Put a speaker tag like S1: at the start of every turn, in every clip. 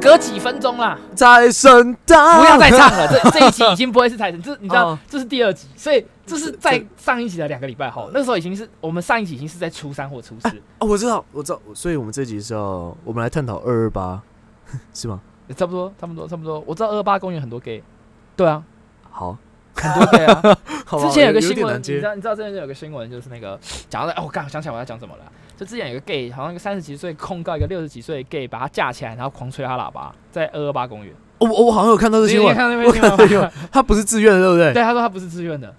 S1: 隔几分钟啦，
S2: 财神到，
S1: 不要再唱了。 这这一集已经不会是财神，这你知道
S2: 啊哦，
S1: 这是第二集，所以这是在
S2: 这
S1: 上一集的两个礼拜后，那时候已经是我们上一集已经是在初三或初 四，
S2: 哦，我知道，我知道，所以我们这集是要我们来探讨二二八， 是吗？
S1: 差不多，差不多，差不多。我知道二八公园很多 gay，对啊，
S2: 好，
S1: 很 多 gay 啊。
S2: 好吧
S1: 之前有个
S2: 有
S1: 新
S2: 点
S1: 闻，
S2: 难
S1: 你知
S2: 接
S1: 道，你知道之前有个新闻就是那个讲 到，哦，我刚想起来我要讲什么了。就之前有个 gay，好像一个三十几岁控告一个六十几岁的 gay，把他架起来，然后狂吹他喇叭，在二二八公园。
S2: 哦，我我好像有看 到这
S1: 你
S2: 新
S1: 你
S2: 闻，
S1: 看到那边
S2: 我看到
S1: 新闻
S2: 有
S1: 吗，
S2: 他不是自愿的，对不哦对？
S1: 对，他说他不是自愿的。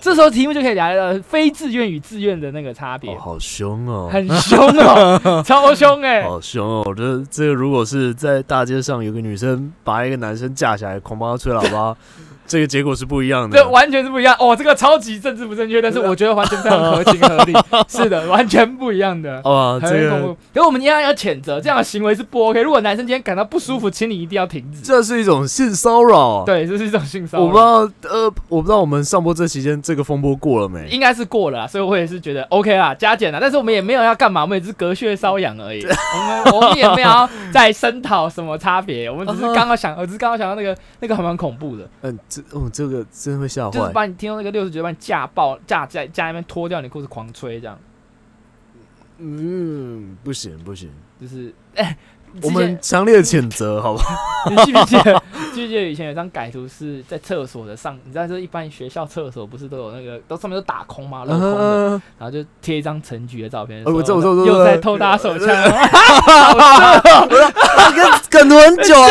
S1: 这时候题目就可以聊到非自愿与自愿的那个差别，
S2: 哦，好凶哦，
S1: 很凶哦，超凶哎、
S2: 好凶哦！这这个如果是在大街上有个女生把一个男生架起来，狂帮他吹喇 叭，这个结果是不一样的
S1: 这。完全是不一样哦，这个超级政治不正确，但是
S2: 哦
S1: 我觉得完全非常合情合 理，是的，完全不一样的。
S2: 哇，哦这
S1: 很恐怖
S2: 个，
S1: 可是我们一样要谴责这样的行为是不 OK。如果男生今天感到不舒服，请你一定要停止。
S2: 这是一种性骚扰。，
S1: 对，这是一种性骚扰。
S2: 我不知道，呃，我不知道我们上播这期间这个风波过了没？
S1: 应该是过了啦，所以我也是觉得 OK 啦，加减啦。但是我们也没有要干嘛，我们也只是隔靴搔痒而已。我们我们也没有要再声讨什么差别，我们只是刚刚想，我只是刚刚想到那个那个还蛮恐怖的，
S2: 嗯，这，嗯，这个真会吓
S1: 就是
S2: 坏。
S1: 把你听到那个六十九把你架爆架在架那边脱掉你裤子狂吹这样，
S2: 嗯，不行不行，
S1: 就是哎、之前
S2: 我们强烈谴责，好吧？
S1: 你记不记得？ 记不记得以前有张改图是在厕所的上？你知道，就是一般学校厕所不是都有那个，都上面都打空吗？镂空的，
S2: 嗯
S1: 然后就贴一张陈菊的照片。
S2: 哦我知道
S1: 说
S2: 我知道
S1: 又
S2: 我知道
S1: 在偷打手枪。
S2: 啊跟梗了很久 啊，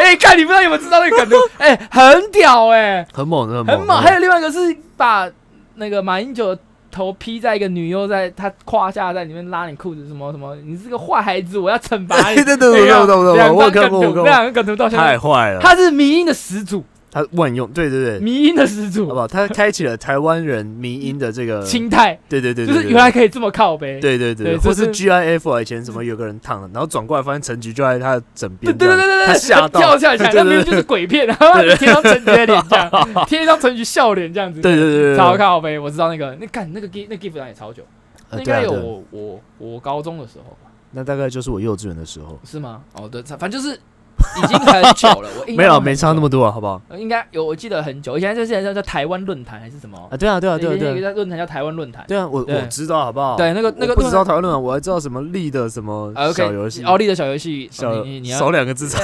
S1: 哎，看你不知道有没有知道那个梗图？哎，很屌哎，
S2: 很猛的，
S1: 很猛。
S2: 猛
S1: 还
S2: 的。
S1: 有另外一个是把那个马英九的头披在一个女优在她胯下，在里面拉你裤子什么什么，你是个坏孩子，我要惩罚你。
S2: 对对对，我懂我懂我懂，我有
S1: 两张
S2: 看
S1: 梗
S2: 过，我
S1: 图，那
S2: 有看过。
S1: 两个梗图到现
S2: 太
S1: 在，
S2: 坏 了，
S1: 他是迷音的始祖，
S2: 他万用，对对对，
S1: 迷音的始祖
S2: 好不。好？他开启了台湾人迷音的这个，
S1: 心态，
S2: 对对对，对
S1: 就是
S2: 对
S1: 原来可以这么靠背。
S2: 对对对，
S1: 对
S2: 或是
S1: 就是
S2: GIF 啊，以前什么有个人躺了，然后转过来发现陈菊就在他的枕
S1: 对
S2: 边这
S1: 对
S2: 样，
S1: 对对对，
S2: 他吓到，
S1: 跳下来，
S2: 对
S1: 那
S2: 对
S1: 边就是鬼片，然后贴一张陈菊的脸这样，贴一张陈菊笑脸这样子，
S2: 对对对对对，
S1: 超靠背。我知道那个，那干那个 gif 那 gif 档也超久，那
S2: 呃
S1: 应
S2: 对啊
S1: 该有
S2: 对啊
S1: 我我我高中的时候吧，
S2: 那大概就是我幼稚园的时候，
S1: 是吗？哦对，反正就是已经很久了，我印象
S2: 没有
S1: 很
S2: 没差那么多啊，好不好？
S1: 久，应该有我记得很久，以前就是叫叫台湾论坛还是什么
S2: 啊，，对啊对啊对啊
S1: 有一
S2: 对啊，
S1: 个论坛叫台湾论坛，
S2: 对啊，我
S1: 对
S2: 我知道好不好？
S1: 对，那个那个
S2: 我不知道。讨论完，我还知道什么力的什么
S1: 啊
S2: 小游戏
S1: ，OK，，奥利的小游戏，哦
S2: 小
S1: 你你你要
S2: 少两个字差，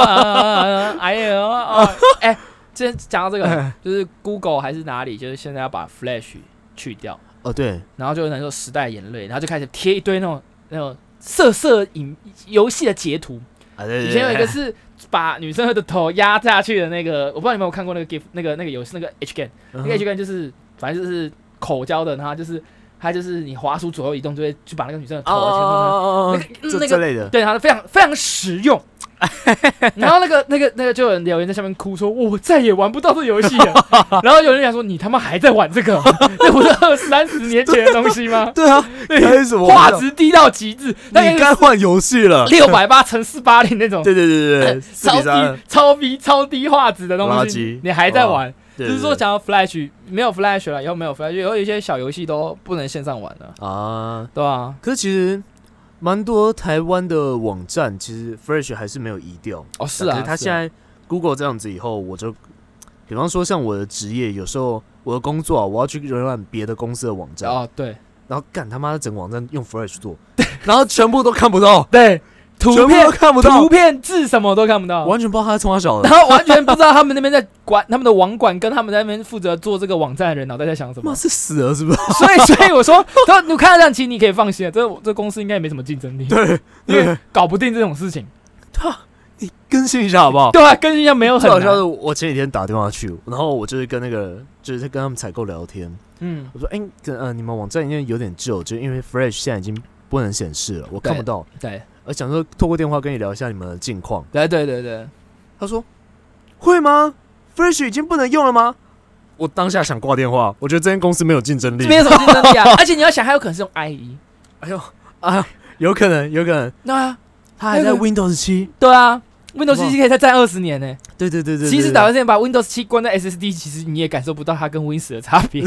S1: 哎呦，哦哎，今天讲到这
S2: 嗯
S1: 个，就是 Google 还是哪里，就是现在要把 Flash 去掉，
S2: 哦对，
S1: 然后就能说时代眼泪，然后就开始贴一堆那种那种色色影游戏的截图。
S2: 啊对对，
S1: 以前有一个
S2: 对
S1: 是把女生的头压下去的那个，我不知道你们有没有看过那个 GIF，那个那个游戏那个 H game，那
S2: 嗯
S1: 个 H game 就是反正就是口交的，然后就是它就是你滑鼠左右移动就会就把那个女生的
S2: 哦
S1: 头全部弄下去那个
S2: 哦哦哦哦，
S1: 嗯
S2: 这
S1: 那
S2: 这
S1: 个
S2: 类的，
S1: 对，然后非常非常实 用。然后那个那个那个就有人留言在下面哭说，我再也玩不到这游戏了。 然后有人讲说，你他妈还在玩这个？ 这不是二三十年前的东西吗？
S2: 对啊，还什么
S1: 画质低到极致，那
S2: 你
S1: 个
S2: 该换游戏了，
S1: 六百八乘四八零那种
S2: 对对对对对，四
S1: 超
S2: 比三
S1: 低。、超低、超低画质的
S2: 垃
S1: 东
S2: 圾哦
S1: 西，你还在玩？
S2: 就
S1: 就是说，讲到 Flash 没有 Flash 了，以后没有 Flash，以后有一些小游戏都不能线上玩了，
S2: 啊，
S1: 对啊，
S2: 可是其实蛮多台湾的网站，其实 Fresh 还是没有移掉。
S1: 哦，是
S2: 可
S1: 啊，
S2: 他
S1: 是
S2: 现
S1: 啊
S2: 在 Google 这样子以后，我就比方说像我的职业，有时候我的工作啊，我要去浏览别的公司的网站，
S1: 哦，对
S2: 然后干他妈的整个网站用 Fresh 做，然后全部都看不到，
S1: 对，图
S2: 全部
S1: 片
S2: 都看不
S1: 图
S2: 到，
S1: 片字什么都看不到，
S2: 完全不知道他从哪小的
S1: 然。后完全不知道他们那边在管他们的网管跟他们在那边负责做这个网站的人脑袋在想什
S2: 妈
S1: 么。
S2: 是死了是 不是？
S1: 所以，所以我说，说你看到这样，其实你可以放心了，这这公司应该也没什么竞争力，
S2: 对，
S1: 因为
S2: 对，
S1: 搞不定这种事情。
S2: 更新一下好不好？
S1: 对啊，更新一下没 有很
S2: 最好笑
S1: 难
S2: 是，我前几天打电话去，然后我就是跟那个就是在跟他们采购聊天，
S1: 嗯，
S2: 我说，哎、这呃，你们网站因为有点旧，就因为 Fresh 现在已经不能显示了，我看不到。
S1: 对，
S2: 呃，想说透过电话跟你聊一下你们的近况。
S1: 对对对对，
S2: 他说，会吗？Fresh 已经不能用了吗？我当下想挂电话，我觉得这间公司没有竞争力
S1: 这。边有什么竞争力 啊？而且你要想，还有可能是用 E IE，
S2: 哎呦啊，有可能，有可能，哎
S1: 对啊，
S2: 他还在
S1: 那个
S2: Windows 七。
S1: 对啊。Windows 7可以再战二十年呢、
S2: 对对对对
S1: 其实打
S2: 打
S1: 完之前把 Windows 7关在 SSD，其 实你也感受不到它跟 Win 10的差别，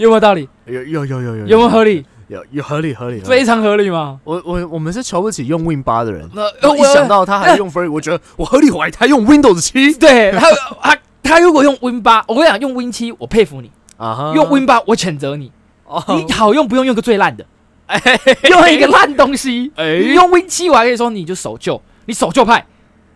S1: 有没有道理？
S2: 有有有有有
S1: 有没有合理？
S2: 有有合理合理。合理
S1: 非常合理嘛。
S2: 我我我们是瞧不起用 Win 八的人，
S1: 那
S2: 我
S1: 我
S2: 一想到他还用 Free，我觉得我合理怀疑他用 Windows 七
S1: 对他他他如果用 Win 八，我跟你讲，用 Win 七我佩服你，
S2: 啊哈
S1: 用 Win 八我谴责你。
S2: 哦
S1: 你好用不用用个最烂 的，用一个烂东西。
S2: 哎
S1: 你用 Win 七，我还可以说你就守旧，你守旧派。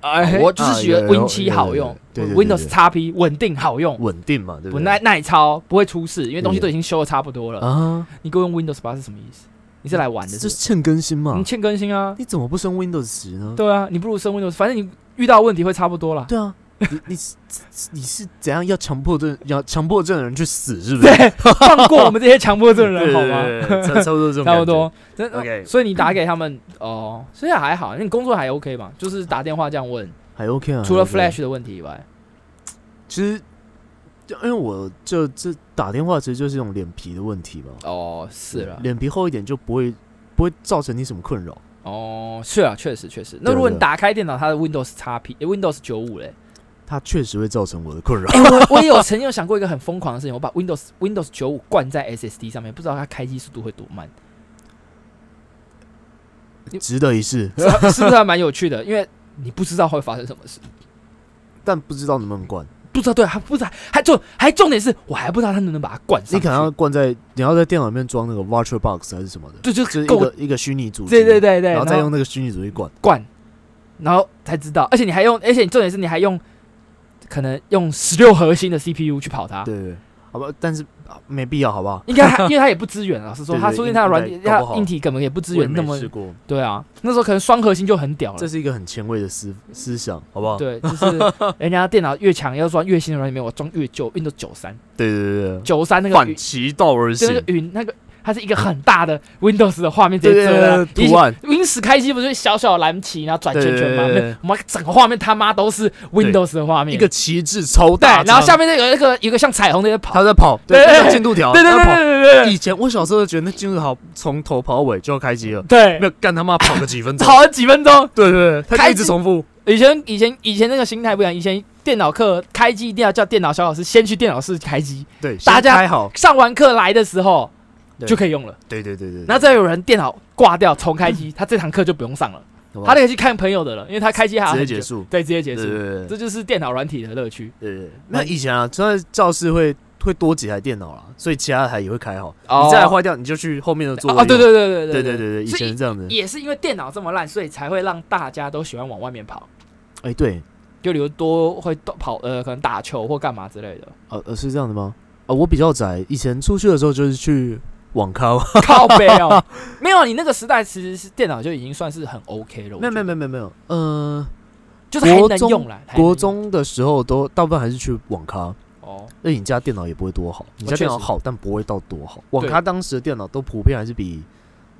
S2: 哎
S1: 我就是觉得
S2: 啊有有
S1: Win 七好用
S2: 有有有对对对
S1: ，Windows XP 稳定好用，
S2: 稳定嘛，对
S1: 不
S2: 对？
S1: 耐耐操，不会出事，因为东西
S2: 对
S1: 都已经修的差不多了。
S2: 啊，
S1: 你给我用 Windows 八是什么意思？你是来玩的
S2: 这
S1: 是
S2: 是
S1: 不是？
S2: 欠更新嘛
S1: 你？欠更新啊？
S2: 你怎么不升 Windows 十呢？
S1: 对啊，你不如升 Windows，反正你遇到的问题会差不多啦。
S2: 对啊，你你是你是怎样要强迫症要强迫症的人去死是不是？
S1: 对，放过我们这些强迫症的
S2: 对
S1: 人好
S2: 对对对
S1: 吗？
S2: 差差不多这种
S1: 差不
S2: 感觉
S1: 多。真
S2: OK
S1: 所以你打给他们哦，所以还好，你工作还 OK 吧？就是打电话这样问，
S2: 还 OK 啊。
S1: 除了
S2: 还 OK
S1: Flash 的问题以外，
S2: 其实就因为我这这打电话其实就是一种脸皮的问题吧。
S1: 哦，是了，
S2: 脸皮厚一点就不会不会造成你什么困扰。
S1: 哦，是啊，确实确实。那如果你打开电脑，它的 Windows XP、诶 Windows 九五 嘞，
S2: 它确实会造成我的困扰。
S1: 诶我我也有曾经有想过一个很疯狂的事情，我把 Windows Windows 九五灌在 SSD 上面，不知道它开机速度会多 慢，哎
S2: 值得一试，
S1: 是不是还蛮有趣的？因为你不知道会发生什么事，
S2: 但不知道能不能灌。
S1: 不知道对，还啊不知道，还重还重点是我还不知道它能不能把它灌上
S2: 你
S1: 去
S2: 可能要灌在，你要在电脑里面装那个 Virtual Box 还是什么的，
S1: 对，就
S2: 就是是一
S1: 够
S2: 个，一个虚拟主机，
S1: 对对对对，
S2: 然后再
S1: 后
S2: 用那个虚拟主机灌。
S1: 灌，然后才知道，而且你还用，而且你重点是你还用，可能用十六核心的 CPU 去跑它，
S2: 对对，对好吧，但是啊没必要，好不好？
S1: 应该还 因为它也不支援，老实说，
S2: 对对
S1: 它说不定它的软体、
S2: 应该搞
S1: 它
S2: 不好
S1: 硬体可能也不支
S2: 我也
S1: 援
S2: 没
S1: 那么
S2: 试，过，
S1: 对啊，那时候可能双核心就很屌了
S2: 这。是一个很前卫的思思想，好不好？
S1: 对，就是 人家电脑越强，要装越新的软体里面，我装越旧，Windows 九三
S2: 对对对对
S1: 九三那
S2: 对，
S1: 个云
S2: 反，其道而
S1: 就
S2: 行
S1: 那，个云那个，它是一个很大的 Windows 的画面直
S2: 对
S1: 接
S2: 对
S1: 遮了
S2: 对，对图案，
S1: Win 十开机不是小小蓝旗，然后转圈圈吗？
S2: 对对对对对
S1: 我们整个画面他妈都是 Windows 的画面，
S2: 一个旗帜超
S1: 对
S2: 大，，
S1: 然后下面那个那个有个像彩虹的在跑，
S2: 他在跑，对，
S1: 对对
S2: 那
S1: 对
S2: 个进度条，
S1: 对对
S2: 他
S1: 对
S2: 在跑。
S1: 对对对
S2: 以前我小时候就觉得那进度条从头跑到尾就要开机了，
S1: 对
S2: 没
S1: 对，
S2: 有干他妈跑个几分钟，
S1: 跑了几分钟。
S2: 对对对，他
S1: 开
S2: 就一直
S1: 机
S2: 重复，
S1: 以前以前以前那个心态不一样，以前电脑课开机一定要叫电脑小老师先去电脑室开机，
S2: 对，
S1: 大家
S2: 先开好，
S1: 上完课来的时候
S2: 对
S1: 就可以用了。
S2: 对对对对，
S1: 然后再有人电脑挂掉重开机，他这堂课就不用上了，他
S2: 他
S1: 得去看朋友的了，因为他开机还要
S2: 直接
S1: 很久
S2: 结，束，
S1: 对，直接结
S2: 对对
S1: 束。
S2: 对
S1: 这
S2: 对
S1: 就是电脑软体的乐趣
S2: 对对，那以前啊，真的教室会会多几台电脑啦，所以其他台也会开好，
S1: 哦
S2: 你再来坏掉你就去后面的座位
S1: 哦，
S2: 用，
S1: 对对对
S2: 啊对
S1: 对对
S2: 对对，以
S1: 所
S2: 前是这样的，
S1: 也是因为电脑这么烂，所以才会让大家都喜欢往外面跑。
S2: 哎对，
S1: 就比如多会动跑呃，可能打球或干嘛之类的。
S2: 呃呃是这样的吗？啊，我比较宅，以前出去的时候就是去网咖，
S1: 靠背哦， 没有，你那个时代其实是电脑就已经算是很 OK 了。我
S2: 没有没
S1: 觉得
S2: 有没有没有没有， 呃，
S1: 就是还
S2: 国
S1: 能
S2: 中
S1: 用啦。还能用
S2: 国中的时候都大部分还是去网咖，
S1: 哦，
S2: 那你家电脑也不会多好，你家
S1: 确
S2: 电脑
S1: 实
S2: 好，但不会到多好。网咖当时的电脑都普遍还是比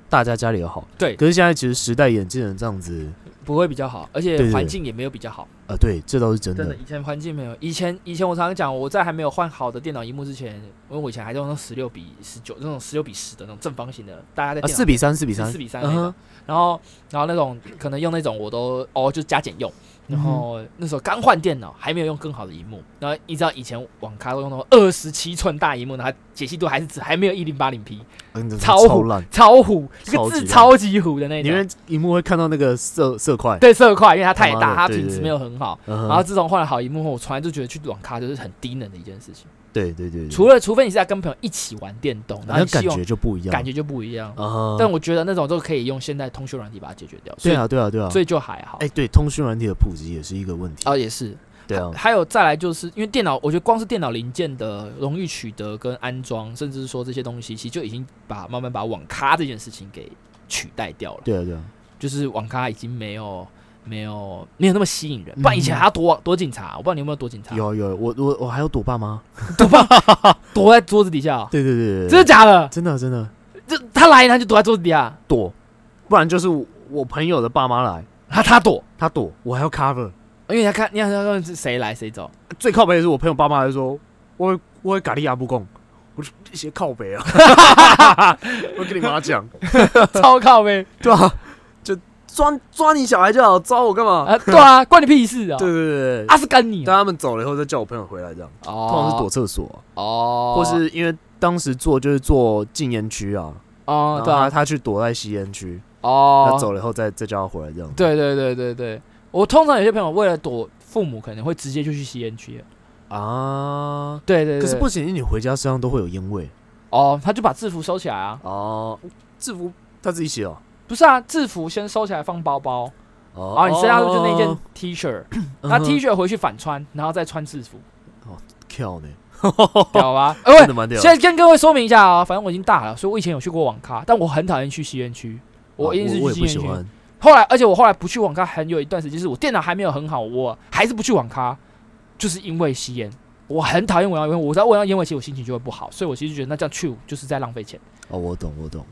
S2: 大家家里要好。
S1: 对
S2: 可是现在其实时代演进成这样子，
S1: 不会比较好，而且
S2: 对对
S1: 环境也没有比较好。
S2: 呃，对，这倒是真
S1: 真
S2: 的
S1: 的，。以前环境没有，以前以前我常常讲，我在还没有换好的电脑荧幕之前，因为我以前还用那十六比十九那种十六比十的那种正方形的，大家在
S2: 啊，
S1: 电脑
S2: 四比三，四比三，
S1: 四比三那
S2: 嗯
S1: 种
S2: 哼，
S1: 然后然后那种可能用那种我都哦就是加减用，然后
S2: 嗯
S1: 那时候刚换电脑还没有用更好的荧幕，然后你知道以前网咖都用那种二十七寸大荧幕，然后解析度还是只还没有一零八零 P，
S2: 嗯，真的
S1: 超
S2: 超烂。
S1: 超糊，这
S2: 超
S1: 个
S2: 级
S1: 字
S2: 烂
S1: 超级糊的那
S2: 你
S1: 种
S2: 们。荧幕会看到那个色色块，
S1: 对色块，因为它太
S2: 他妈
S1: 大，
S2: 的
S1: 它
S2: 对
S1: 品质
S2: 对
S1: 没有很好。
S2: 嗯
S1: 然后
S2: 哼，
S1: 自从换了好荧幕后，我从来就觉得去网咖就是很低能的一件事情。
S2: 对对对，对
S1: 除了除非你是在跟朋友一起玩电动，然
S2: 那
S1: 后
S2: 个
S1: 你
S2: 嗯感
S1: 希望
S2: 觉就不一样，
S1: 感觉就不一样。
S2: 啊
S1: 但
S2: 哈，
S1: 我觉得那种都可以用现在通讯软体把它解决掉，所
S2: 对
S1: 以
S2: 啊，对啊，对啊
S1: 所。以就还好。
S2: 哎，对，通讯软体的普及也是一个问题。
S1: 哦，也是。
S2: 对啊，
S1: 还有再来就是因为电脑，我觉得光是电脑零件的容易取得跟安装，甚至是说这些东西，其实就已经把慢慢把网咖这件事情给取代掉了。
S2: 对啊，对啊，
S1: 就是网咖已经没有没有没有那么吸引人。
S2: 嗯
S1: 不然以前还要躲网躲警察，我不知道你有没有躲警察，
S2: 有有，我我我还要躲爸妈。
S1: 躲在桌子底下哦、
S2: 对对对对对，
S1: 真的假的？
S2: 真的真的。
S1: 这他来他就躲在桌子底下，
S2: 躲，不然就是我我朋友的爸妈来，
S1: 他他躲，
S2: 他躲，我还要 cover。
S1: 因为他看你看他是谁来谁 走，
S2: 最靠北的是我朋友爸妈来说，我我会咖喱阿布贡，我就一些靠北啊， 我跟你妈讲，
S1: 超靠呗
S2: 对啊，就抓抓你小孩就好，抓我干嘛？
S1: 啊！ 对啊，关你屁事啊！
S2: 对对对
S1: 啊
S2: 对，
S1: 是跟你
S2: 当他们走了以后再叫我朋友回来这样，
S1: 哦，
S2: 通常是躲厕所啊，
S1: 哦，
S2: 或是因为当时做就是做禁烟区啊，
S1: 哦
S2: 然，后
S1: 对
S2: 他
S1: 啊，
S2: 他去躲在吸烟区，他
S1: 哦，
S2: 走了以后再再叫他回来这样。
S1: 对对对对对，我通常有些朋友为了躲父母，可能会直接就去吸烟区了。
S2: 啊，
S1: 对对对，
S2: 可是不行，你回家身上都会有烟味
S1: 哦，他就把制服收起来啊，
S2: 哦。制服他自己洗哦。
S1: 不是啊，制服先收起来放包包，
S2: 哦嗯
S1: 啊，你身上就那件 T 恤，他 T
S2: 恤
S1: 恤回去反穿，然后再穿制 服，
S2: 跳呢，
S1: 屌吧？哎
S2: 哦真
S1: 喂
S2: 的，蛮屌
S1: 现
S2: 的。
S1: 在跟各位说明一下啊，反正我已经大了，所以我以前有去过网咖，但我很讨厌去吸烟区，我一定是
S2: 哦我
S1: 去
S2: 也
S1: 吸
S2: 不
S1: 烟区。
S2: 喜欢。
S1: 后来，而且我后来不去网咖，很有一段时间是我电脑还没有很好，我还是不去网咖，就是因为吸烟。我很讨厌闻到烟味，我知道闻到烟味，其实我心情就会不好，所以我其实觉得那这样去就是在浪费钱。
S2: 哦，我懂，我懂。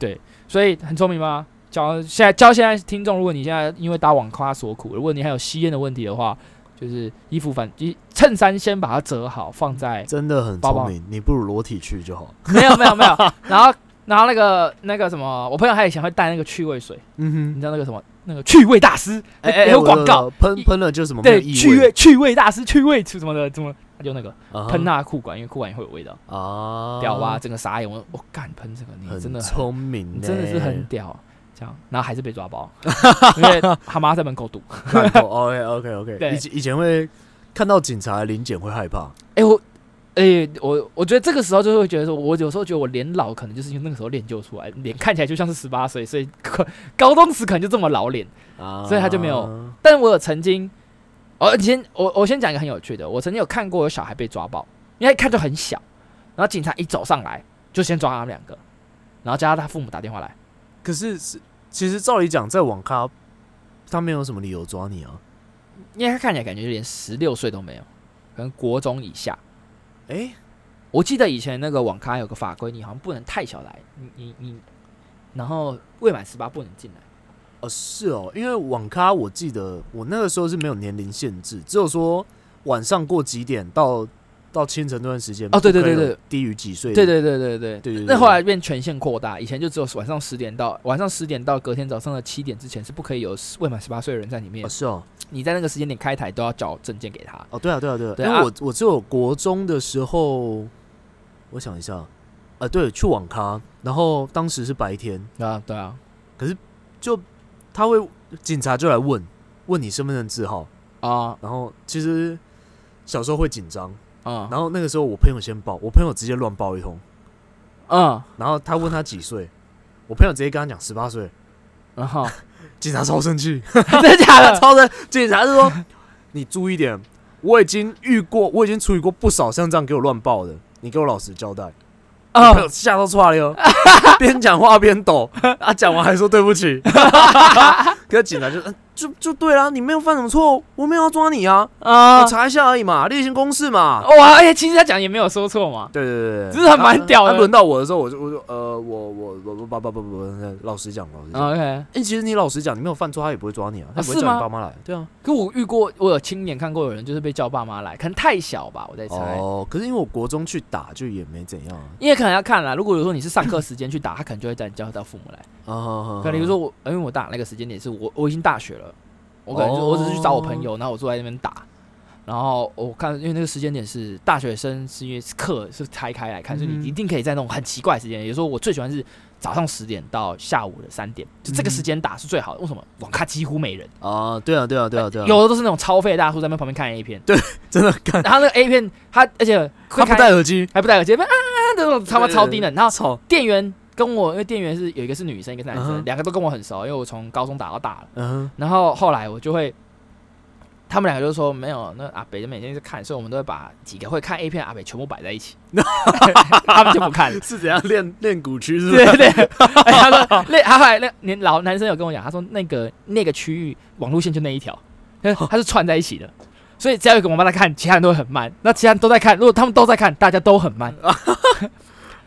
S1: 所以很聪明吗？教现在教现在听众，如果你现在因为打网咖所苦，如果你还有吸烟的问题的话，就是衣服反衣衬衫先把它折好放在
S2: 真的很
S1: 包包
S2: 聪明，你不如裸体去就好。
S1: 没有没有没有，然后然后那个那个什么，我朋友他以前会带那个去味水，你
S2: 嗯
S1: 知道那个什么那个去味大师，
S2: 哼，哎哎，
S1: 有
S2: 我
S1: 广
S2: 懂
S1: 告
S2: 了喷喷了就什么没有
S1: 对
S2: 异
S1: 去味去味大师去味什么的怎么，他就那个
S2: 啊哈
S1: 喷那裤管，因为裤管也会有味道，
S2: 啊，
S1: 屌吧，整个傻眼，我我干喷这个，你真的很
S2: 很聪明
S1: 你
S2: 呢，
S1: 真的是很屌。这样，然后还是被抓 包，因为他妈在门口堵。
S2: 烂透。OK OK
S1: 对
S2: OK，以前以前会看到警察临检会害怕，
S1: 哎、我，哎、我我觉得这个时候就会觉得说，我有时候觉得我脸老，可能就是因为那个时候练就出来，脸看起来就像是十八岁，所以 高中时可能就这么老脸。
S2: 啊，
S1: 所以他就没有但我有曾经，哦，你先我我先讲一个很有趣的，我曾经有看过有小孩被抓包，因为一看就很小，然后警察一走上来就先抓他们两个，然后叫他父母打电话来，
S2: 可是是，其实照理讲，在网咖他没有什么理由抓你啊。
S1: 因为他看起来感觉就连十六岁都没有，可能国中以下。
S2: 哎、
S1: 我记得以前那个网咖有个法规，你好像不能太小来，你你你，然后未满十八不能进来。
S2: 哦是哦，因为网咖我记得我那个时候是没有年龄限制，只有说晚上过几点到到清晨这段时间
S1: 哦对对对
S2: 不可以
S1: 对
S2: 有低于几岁的，哦
S1: 对对对对对
S2: 对对对
S1: 那后来变权限扩大，以前就只有晚上十点到晚上十点到隔天早上的七点之前是不可以有未满十八岁的人在里面
S2: 哦。是哦，
S1: 你在那个时间点开台都要缴证件给他。
S2: 哦对啊对啊对啊，
S1: 对
S2: 因
S1: 啊
S2: 为我我只有国中的时候，我想一下，啊、对，去网咖，然后当时是白天，
S1: 啊，对啊，
S2: 就他会警察就来问问你身份证字号，
S1: 啊
S2: 然后其实小时候会紧张。
S1: 啊
S2: 然后那个时候我朋友先报，我朋友直接乱报一通，
S1: 嗯，
S2: 然后他问他几岁，我朋友直接跟他讲十八岁，
S1: 然后
S2: 警察超生气，
S1: 真的假
S2: 他
S1: 的？
S2: 超生，警察就说你注意点，我已经遇过，我已经处理过不少像这样给我乱报的，你给我老实交代。我朋友
S1: 嗯，
S2: 吓到岔了哟， 边讲话边抖，啊，讲完还说对 不起，可是警察就嗯就就对啦，你没有犯什么错，我没有要抓你啊，
S1: 啊
S2: 我，查一下而已嘛，例行公事嘛。
S1: 哇，哎，其实他讲也没有说错嘛。
S2: 对对对对，
S1: 只是还蛮
S2: 啊
S1: 屌的
S2: 啊轮、到我的时候，我就我就呃，我我我我爸爸不不不，老实讲，老实讲，哎、
S1: 啊 OK，
S2: 其实你老实讲，你没有犯错，他也不会抓你啊，他也不
S1: 哦是
S2: 会叫
S1: 吗
S2: 你爸妈来。对啊，
S1: 可我遇过，我有亲眼看过有人就是被叫爸妈来，可能太小吧，我在猜。
S2: 哦，可是因为我国中去打就也没怎样啊。
S1: 因为可能要看啦，如果有时候你是上课时间去打，他可能就会叫你叫到父母来。
S2: 啊，
S1: 可能比如说我，呃因为我打那个时间点是我我已经大学了，我可能
S2: 哦
S1: 就我只是去找我朋友，然后我坐在那边打，然后我看因为那个时间点是大学生是因为课是拆开来看，所以
S2: 嗯
S1: 你
S2: 哼
S1: 一定可以在那种很奇怪的时间，也就是说我最喜欢是早上十点到下午的三点，就这个
S2: 嗯
S1: 时间打是最好的。为什么？网咖几乎没人，
S2: 啊，对啊，对啊，对啊，对啊，
S1: 有的都是那种超废的大叔在那边旁边看 A 片，
S2: 真的看
S1: 然后那个 A 片他而且
S2: 他
S1: 会
S2: 不
S1: 开
S2: 戴耳机，
S1: 还不戴耳机，啊啊啊那种他妈超低能，然后
S2: 操，
S1: 店员跟我，因为店员是有一个是女生，一个是男
S2: 嗯
S1: 生，
S2: 哼
S1: 两、个都跟我很熟，因为我从高中打到大了。
S2: 嗯
S1: 然后后来我就会，他们两个就说没有，那阿北就每天就看，所以我们都会把几个会看 A 片的阿北全部摆在一 起，他们就不看了
S2: 哼，。是怎样练练鼓区是不
S1: 对
S2: 是？
S1: 对对，哎他说那他后来那年老男生有跟我讲，他说那个那个区域网路线就那一 条，他他是串在一起的，所以只要有一个王八在看，其他人都会很慢。那其他人都在看，如果他们都在看，大家都很慢。
S2: 嗯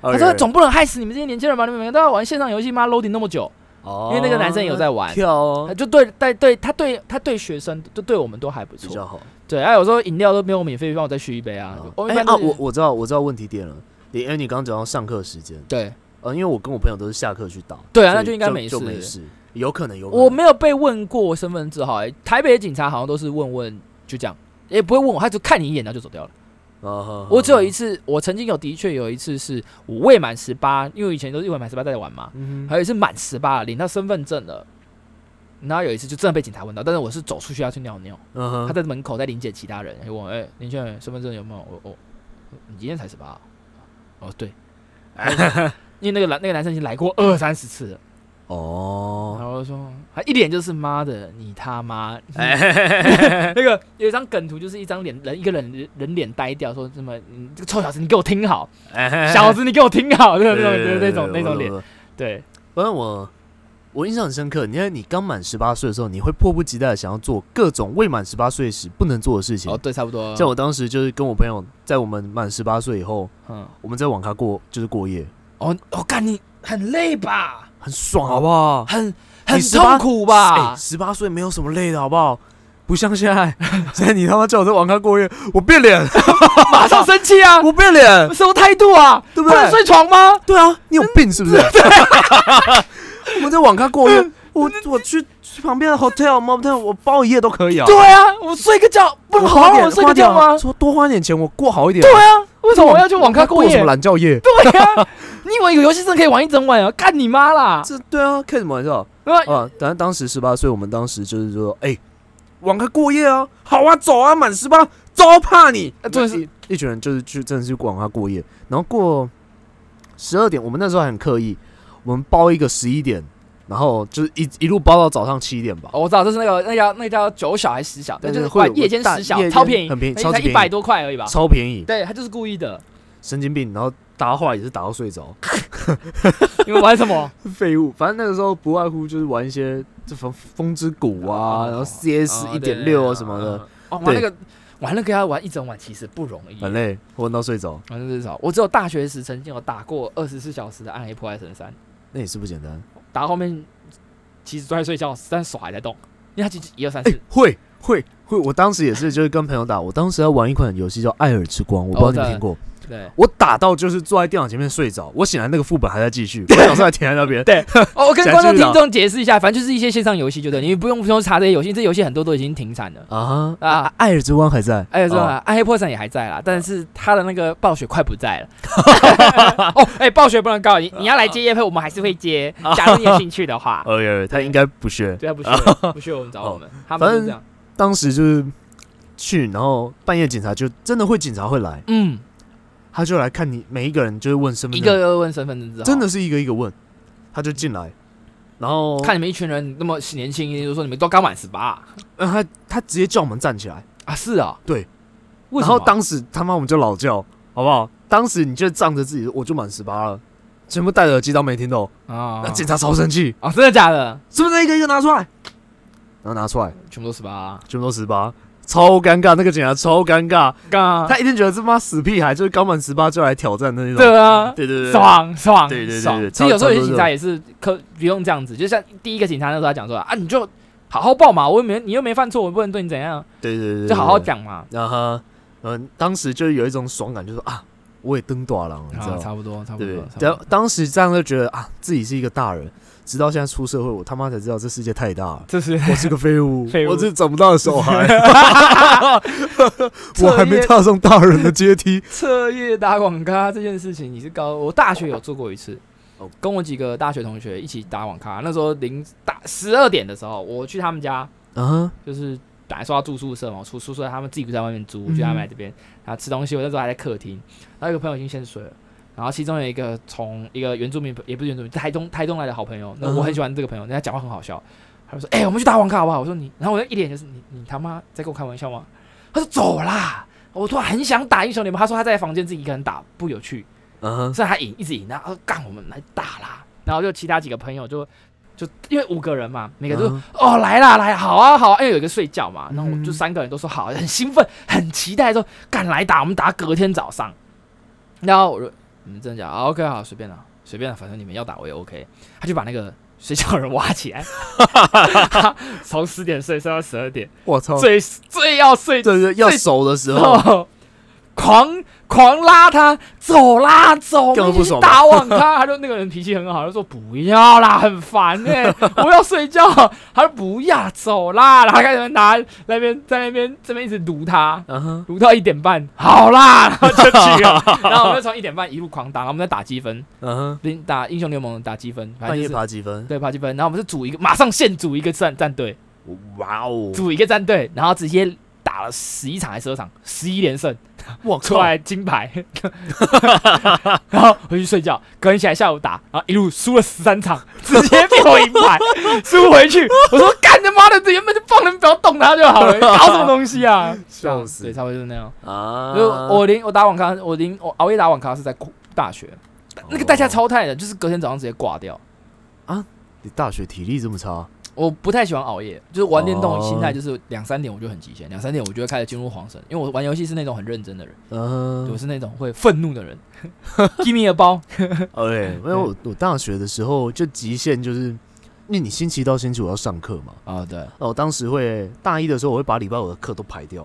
S2: 我
S1: 他说总不能害死你们这些年轻人吧？你们每个都要玩线上游戏吗？loading 那么久，
S2: 哦
S1: 因为那个男生有在玩，
S2: 跳哦
S1: 他就对对对，他对他对学生就对我们都还不
S2: 比较
S1: 错。
S2: 好。
S1: 对，啊还有时候饮料都没有免费，帮我再续一杯啊。就我一
S2: 哎
S1: 般
S2: 啊，
S1: 都是
S2: 我我知道我知道问题点了，你因为你刚刚讲到上课时间，
S1: 对
S2: 呃，因为我跟我朋友都是下课去打，
S1: 对啊
S2: 所
S1: 那
S2: 以
S1: 就应该没
S2: 没
S1: 事
S2: 事，有可能有可能
S1: 我没有被问过身份证号、哎，台北的警察好像都是问问就这样，也不会问我，他就看你一眼然后就走掉了。
S2: 啊
S1: 我只有一，次，我曾经有的确有一次是我未满十八，因为以前都是未满十八在玩嘛，
S2: 嗯
S1: 还有一次满十八领到身份证了。然后有一次就真的被警察问到，但是我是走出去要去尿尿，
S2: 嗯哼
S1: 他在门口在临检其他人，就问我：“哎、林先生身份证有没有？”我我你今天才十八、哦，对，因为那个男那个男生已经来过二三十次了， 然
S2: 哦，
S1: 后就说他一脸就是妈的你他妈，
S2: 哎，
S1: 那个有一张梗图，就是一张脸人一个人人脸呆掉，说什么你这个臭小子，你给我听好，
S2: 哎
S1: 小子你给我听好，对对对对，那种那种脸，。对，
S2: 反正我我印象很深刻，因为你刚满十八岁的时候，你会迫不及待地想要做各种未满十八岁时不能做的事情
S1: 哦。对，差不多，
S2: 像我当时就是跟我朋友，在我们满十八岁以后，
S1: 嗯，
S2: 我们在网咖过就是过夜，
S1: 哦哦，干你很累吧，
S2: 很爽好不好？
S1: 很
S2: 你
S1: 很痛
S2: 18
S1: 苦吧，
S2: 十八岁没有什么累的好不好？不像现在， 现在你他妈叫我在网咖过夜，我变脸，
S1: 马上生气啊，
S2: 我变脸，
S1: 什么态度啊，
S2: 对不
S1: 不能
S2: 对？
S1: 睡床吗？
S2: 对啊，你有病是 不 是？我们在网咖过夜，我我去去旁边的 hotel motel，我包一夜都可以啊。
S1: 对啊，我睡个觉不能好好
S2: 点
S1: 地睡个觉吗？
S2: 说多花点钱，我过好一点。
S1: 对啊，为什么我要去网咖过
S2: 过什
S1: 夜
S2: 么？懒觉夜？
S1: 对啊， 你以为一个游戏真的可以玩一整晚啊？干你妈啦！
S2: 这对啊，开什么玩笑
S1: 对 吧
S2: 啊！反正当时十八岁，我们当时就是说，哎，网咖过夜啊，好啊，走啊，满十八，招怕你
S1: 啊。真的是
S2: 一一群人就是去，真的是去网咖过夜，然后过十二点，我们那时候还很刻意，我们包一个十一点，然后就是一一路包到早上七点吧。
S1: 哦，我知道，就是那个那叫那叫九小还是十小，那
S2: 对
S1: 就是
S2: 对会
S1: 快
S2: 有
S1: 夜间
S2: 大
S1: 十小
S2: 夜，间
S1: 超便宜，
S2: 很便宜
S1: 那
S2: 超级
S1: 才
S2: 便
S1: 一
S2: 宜
S1: 百多块而已吧。
S2: 超便宜，
S1: 对他就是故意的，
S2: 神经病，然后打到后来也是打到睡着，
S1: 你们玩什 么？
S2: 废物。反正那个时候不外乎就是玩一些这风风之谷啊，
S1: 哦
S2: 然后 CS 一点六啊什么的，。
S1: 哦，玩
S2: 对
S1: 那个玩那个要玩一整晚，其实不容易。
S2: 很累，玩到睡着，
S1: 玩至少我只有大学时曾经有打过二十四小时的《暗黑破坏神三》，
S2: 那也是不简单。
S1: 打到后面其实都在睡觉，但手还在动，因为它其实一二三
S2: 哎、
S1: 四。
S2: 会会会，我当时也是就是跟朋友打，我当时要玩一款游戏叫《艾尔之光》，我不知道你们听过。
S1: 哦对，
S2: 我打到就是坐在电脑前面睡着，我醒来那个副本还在继续，我小时候还停在那边。
S1: 对哦，我跟
S2: 讲
S1: 观众
S2: 这个
S1: 听众解释一下，反正就是一些线上游戏，就对，你不用不用查这些游戏，这游戏很多都已经停产了。
S2: 啊
S1: 啊
S2: 啊！艾尔之光还在，
S1: 哎，是
S2: 哦
S1: 吧？暗黑破散也还在啦，但是他的那个暴雪快不在了。哦，哎，暴雪不能告你，你要来接叶配，我们还是会接，假如你有兴趣的 话。
S2: 哦耶，他应该不屑。
S1: 对啊，不屑了不屑我们找我们，他们就是这样。
S2: 当时就是去，然后半夜警察就真的会警察会来，
S1: 嗯，
S2: 他就来看你每一个人，就是问身份
S1: 一
S2: 证，
S1: 个一哦个问身份证之后，
S2: 嗯真的哦是一个一个问，他就进来，然后
S1: 看你们一群人那么年轻，就说你们都刚满十八啊
S2: 呃他他直接叫我们站起来，
S1: 啊？是啊，
S2: 对。
S1: 为
S2: 然
S1: 什
S2: 后
S1: 么？
S2: 当时他妈我们就老叫，好不好？当时你就仗着自己我就满十八了，全部戴着耳机当没听懂，
S1: 啊
S2: 那警察超生气，
S1: 啊，真的假的？
S2: 是不是一个一个拿出来？然后拿出来，
S1: 全部都十八，
S2: 全部都十八，超尴尬，那个警察超尴尬，
S1: 刚
S2: 他一定觉得这妈死屁孩就是刚满十八就来挑战的那种，
S1: 对啊，
S2: 对对对，
S1: 爽爽，
S2: 对对对
S1: 爽
S2: 对
S1: 其实有时候有些
S2: 差不多
S1: 警察也是可不用这样子，就像第一个警察那时候他讲说啊，你就好好报嘛，我又没你又没犯错，我不能对你怎样，
S2: 对对对对，
S1: 就好好
S2: 对
S1: 讲嘛。
S2: 然后，嗯，当时就有一种爽感，就是说啊，我也登大郎了，你知道
S1: 啊，
S2: 吗？
S1: 差不多，差不
S2: 对不
S1: 多
S2: 对，？
S1: 差不
S2: 当
S1: 多。
S2: 当时这样就觉得啊，自己是一个大人，直到现在出社会，我他妈才知道这世界太大了
S1: 这是
S2: 我是个废物，
S1: 废物
S2: 我是长不大的小 孩，我还没踏上大人的阶梯。
S1: 彻夜打网咖这件事情，你是高，我大学有做过一次
S2: 哦，
S1: 跟我几个大学同学一起打网咖，那时候零打十二点的时候，我去他们家，
S2: 啊，
S1: 就是本来说要住宿舍嘛，我出宿舍他们自己在外面租，
S2: 嗯
S1: 我就他们来这边，然后吃东西，我那时候还在客厅，然后有个朋友已经先睡了。然后其中有一个从一个原住民，也不是原住民，台东台东来的好朋友，那
S2: 嗯
S1: 我很喜欢这个朋友，那他讲话很好笑。他就说：“哎、我们去打网咖好不好？”我说：“你。”然后我就一脸就是你你他妈在跟我开玩笑吗？他说：“走啦！”我突然很想打英雄联盟，他说他在房间自己一个人打不有趣，
S2: 啊
S1: 所以他赢一直赢，然后他说干我们来打啦。然后就其他几个朋友就就因为五个人嘛，每个都、
S2: 嗯
S1: 哦来啦来啦好啊好啊，因为有一个睡觉嘛，然后我
S2: 嗯
S1: 们就三个人都说好，很兴奋很期待说干来打，我们打隔天早上。然后我说你们真的假的啊？OK 好，随便啦随便啦，反正你们要打我也 OK。他就把那个睡觉的人挖起来， 从十点睡睡到
S2: 哦
S1: 十二点，
S2: 我操！
S1: 最最要睡
S2: 哦对对，要熟的时候，
S1: 狂狂拉他走啦走，
S2: 根
S1: 我们
S2: 本不
S1: 一起
S2: 爽吧
S1: 打网咖。他就那个人脾气很好，他就说不要啦，很烦 哎、我要睡觉。他说不要走啦，然后他开始拿那边在那边这边一直撸他。
S2: 嗯哼，
S1: 撸到一点半，好啦，然后就去 了，然后我们就从一点半一路狂打，然后我们在打积分，
S2: 嗯哼，
S1: 零打英雄联盟打积分，反正
S2: 半
S1: 就
S2: 夜
S1: 是
S2: 爬几分？
S1: 对，爬积分，然后我们是组一个，马上现组一个战战队，
S2: 哇哦，
S1: 组一个战队，然后直接打了十一场还是十二场，十一连胜，
S2: 我
S1: 出来金 牌，然后回去睡觉，隔天起来下午打，然后一路输了十三场， 直接被我赢牌，输回去，我说干他妈的，这原本就放人不要动他就好了，搞什么东西啊？
S2: 笑死
S1: 对，差不多就是那样。
S2: 啊！
S1: 就我零我打网咖，我零我熬夜打网咖是在大学，
S2: 哦
S1: 那个代价超太的，就是隔天早上直接挂掉。
S2: 你大学体力这么差，啊
S1: 我不太喜欢熬夜，就是玩电动
S2: 哦
S1: 心态就是两三点我就很极限，两三点我就会开始进入黄神，因为我玩游戏是那种很认真的人，
S2: 嗯
S1: 我，是那种会愤怒的人。Give me a 包，
S2: 哎，因为我我大学的时候就极限就是，因为你星期到星期五要上课嘛，
S1: 哦对，
S2: 哦，我当时会大一的时候我会把礼拜五的课都排掉，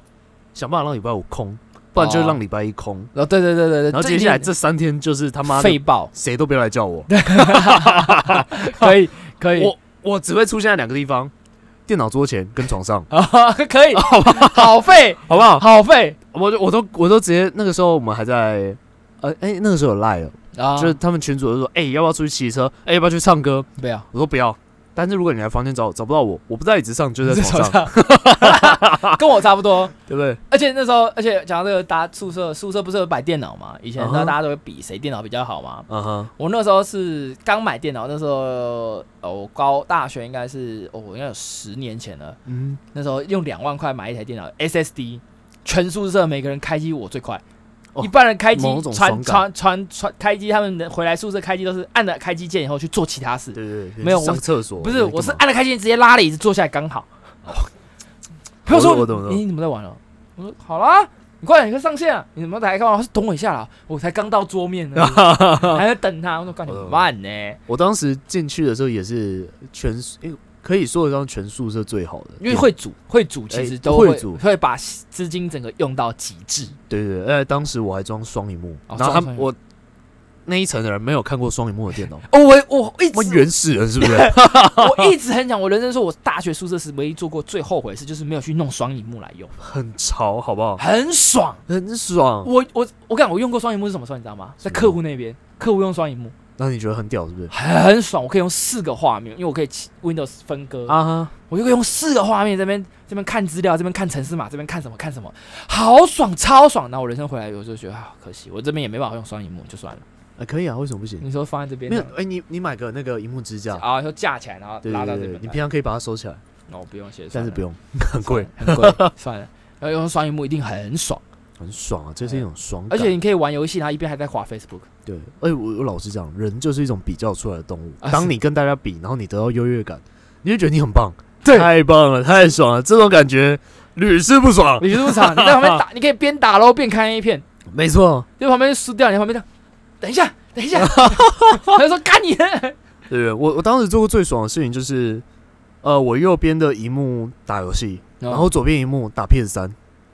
S2: 想办法让礼拜五空，不然就
S1: 哦
S2: 让礼拜一空，
S1: 哦对对对对对，
S2: 然后接下来这三天就是他妈
S1: 废
S2: 的
S1: 爆，
S2: 谁都别来叫我，
S1: 可以可以，
S2: 我我只会出现在两个地方，电脑桌前跟床上，
S1: 啊可以，好废
S2: 好不好？
S1: 好废
S2: 我就我都我都直接那个时候我们还在，呃哎、那个时候有赖了，
S1: 啊，
S2: 就是他们群主就说，哎、要不要出去骑车？哎、要不要去唱歌？
S1: 不要。
S2: 我说不要。但是如果你来房间找我，找不到我，我不在椅子上，就在床 上，
S1: 跟我差不多，
S2: 对不对？
S1: 而且那时候，而且讲到这个，大家宿舍宿舍不是有摆电脑嘛？以前
S2: 嗯哼
S1: 那大家都会比谁电脑比较好嘛。
S2: 嗯哼，
S1: 我那时候是刚买电脑，那时候呃我高大学应该是哦，我应该有十年前了。
S2: 嗯，
S1: 那时候用两万块买一台电脑，SSD，全宿舍每个人开机我最快。
S2: 哦
S1: 一般人开机
S2: 某种
S1: 传
S2: 爽感
S1: 传传传开机，他们回来宿舍开机都是按了开机键以后去做其他事，
S2: 对对对，
S1: 没有
S2: 上
S1: 我
S2: 厕所
S1: 不是，我是哎
S2: 干嘛
S1: 按了开机键直接拉了椅子坐下来刚好。朋友说
S2: 哦我懂我懂
S1: 你你怎么在玩了？我说好啦，你快点，你快上线啊！你怎么才干嘛？他说等我一下啦，我才刚到桌面 呢，还在等他。我说干你
S2: 我懂
S1: 慢呢、
S2: 我当时进去的时候也是全，诶可以说得上全宿舍最好的，
S1: 因为会组会组其
S2: 哎
S1: 实都会、
S2: 会组
S1: 会把资金整个用到极致。
S2: 对对对，而且当时我还装双荧幕，
S1: 哦
S2: 然后他
S1: 装双
S2: 们
S1: 荧幕
S2: 我那一层的人没有看过双荧幕的电脑，
S1: 哦，我 我一
S2: 我
S1: 直
S2: 原始人是不是？
S1: 我一直很想，我人生说我大学宿舍是唯一做过最后悔的事，就是没有去弄双荧幕来用，
S2: 很潮，好不好？
S1: 很爽。
S2: 很爽。
S1: 我我我讲我用过双荧幕是什么时候你知道吗？在
S2: 什么
S1: 客户那边，客户用双荧幕
S2: 那你觉得很屌是不是？
S1: 很爽，我可以用四个画面，因为我可以切 Windows 分割，
S2: 啊哈，
S1: 我就可以用四个画面这边这边看资料，这边看城市码，这边看什么看什么，好爽，超爽。然后我人生回来，我就觉得啊，可惜我这边也没办法用双荧幕，就算了。
S2: 啊可以啊，为什么不行？
S1: 你说放在这边
S2: 没有
S1: 呢，
S2: 哎，你你买个那个荧幕支架，
S1: 嗯啊，说架起来，然后
S2: 对
S1: 拉
S2: 对
S1: 到这
S2: 对
S1: 边
S2: 对，
S1: 来，啊
S2: 你平常可以把它收起来，
S1: 那我不用写，
S2: 但是不
S1: 用
S2: 用，很贵，，
S1: 很 贵，算了。要用双荧幕一定很爽。
S2: 很爽啊，这是一种爽
S1: 哎而
S2: 感。
S1: 且你可以玩游戏，然后一边还在滑 Facebook。
S2: 对，哎，我我老实讲，人就是一种比较出来的动物
S1: 啊。是
S2: 当你跟大家比，然后你得到优越感，你就觉得你很棒，
S1: 对
S2: 太棒了，太爽了，这种感觉屡试不爽。
S1: 你入 场，你在旁边打，你可以边打喽边看 A 片，
S2: 没错，
S1: 在旁边输掉，你在旁边这样，等一下，等一 下，他就说干你，
S2: 对我我当时做过最爽的事情就是，呃，我右边的荧幕打游戏，
S1: 嗯
S2: 然后左边荧幕打 PS 三。
S1: 哦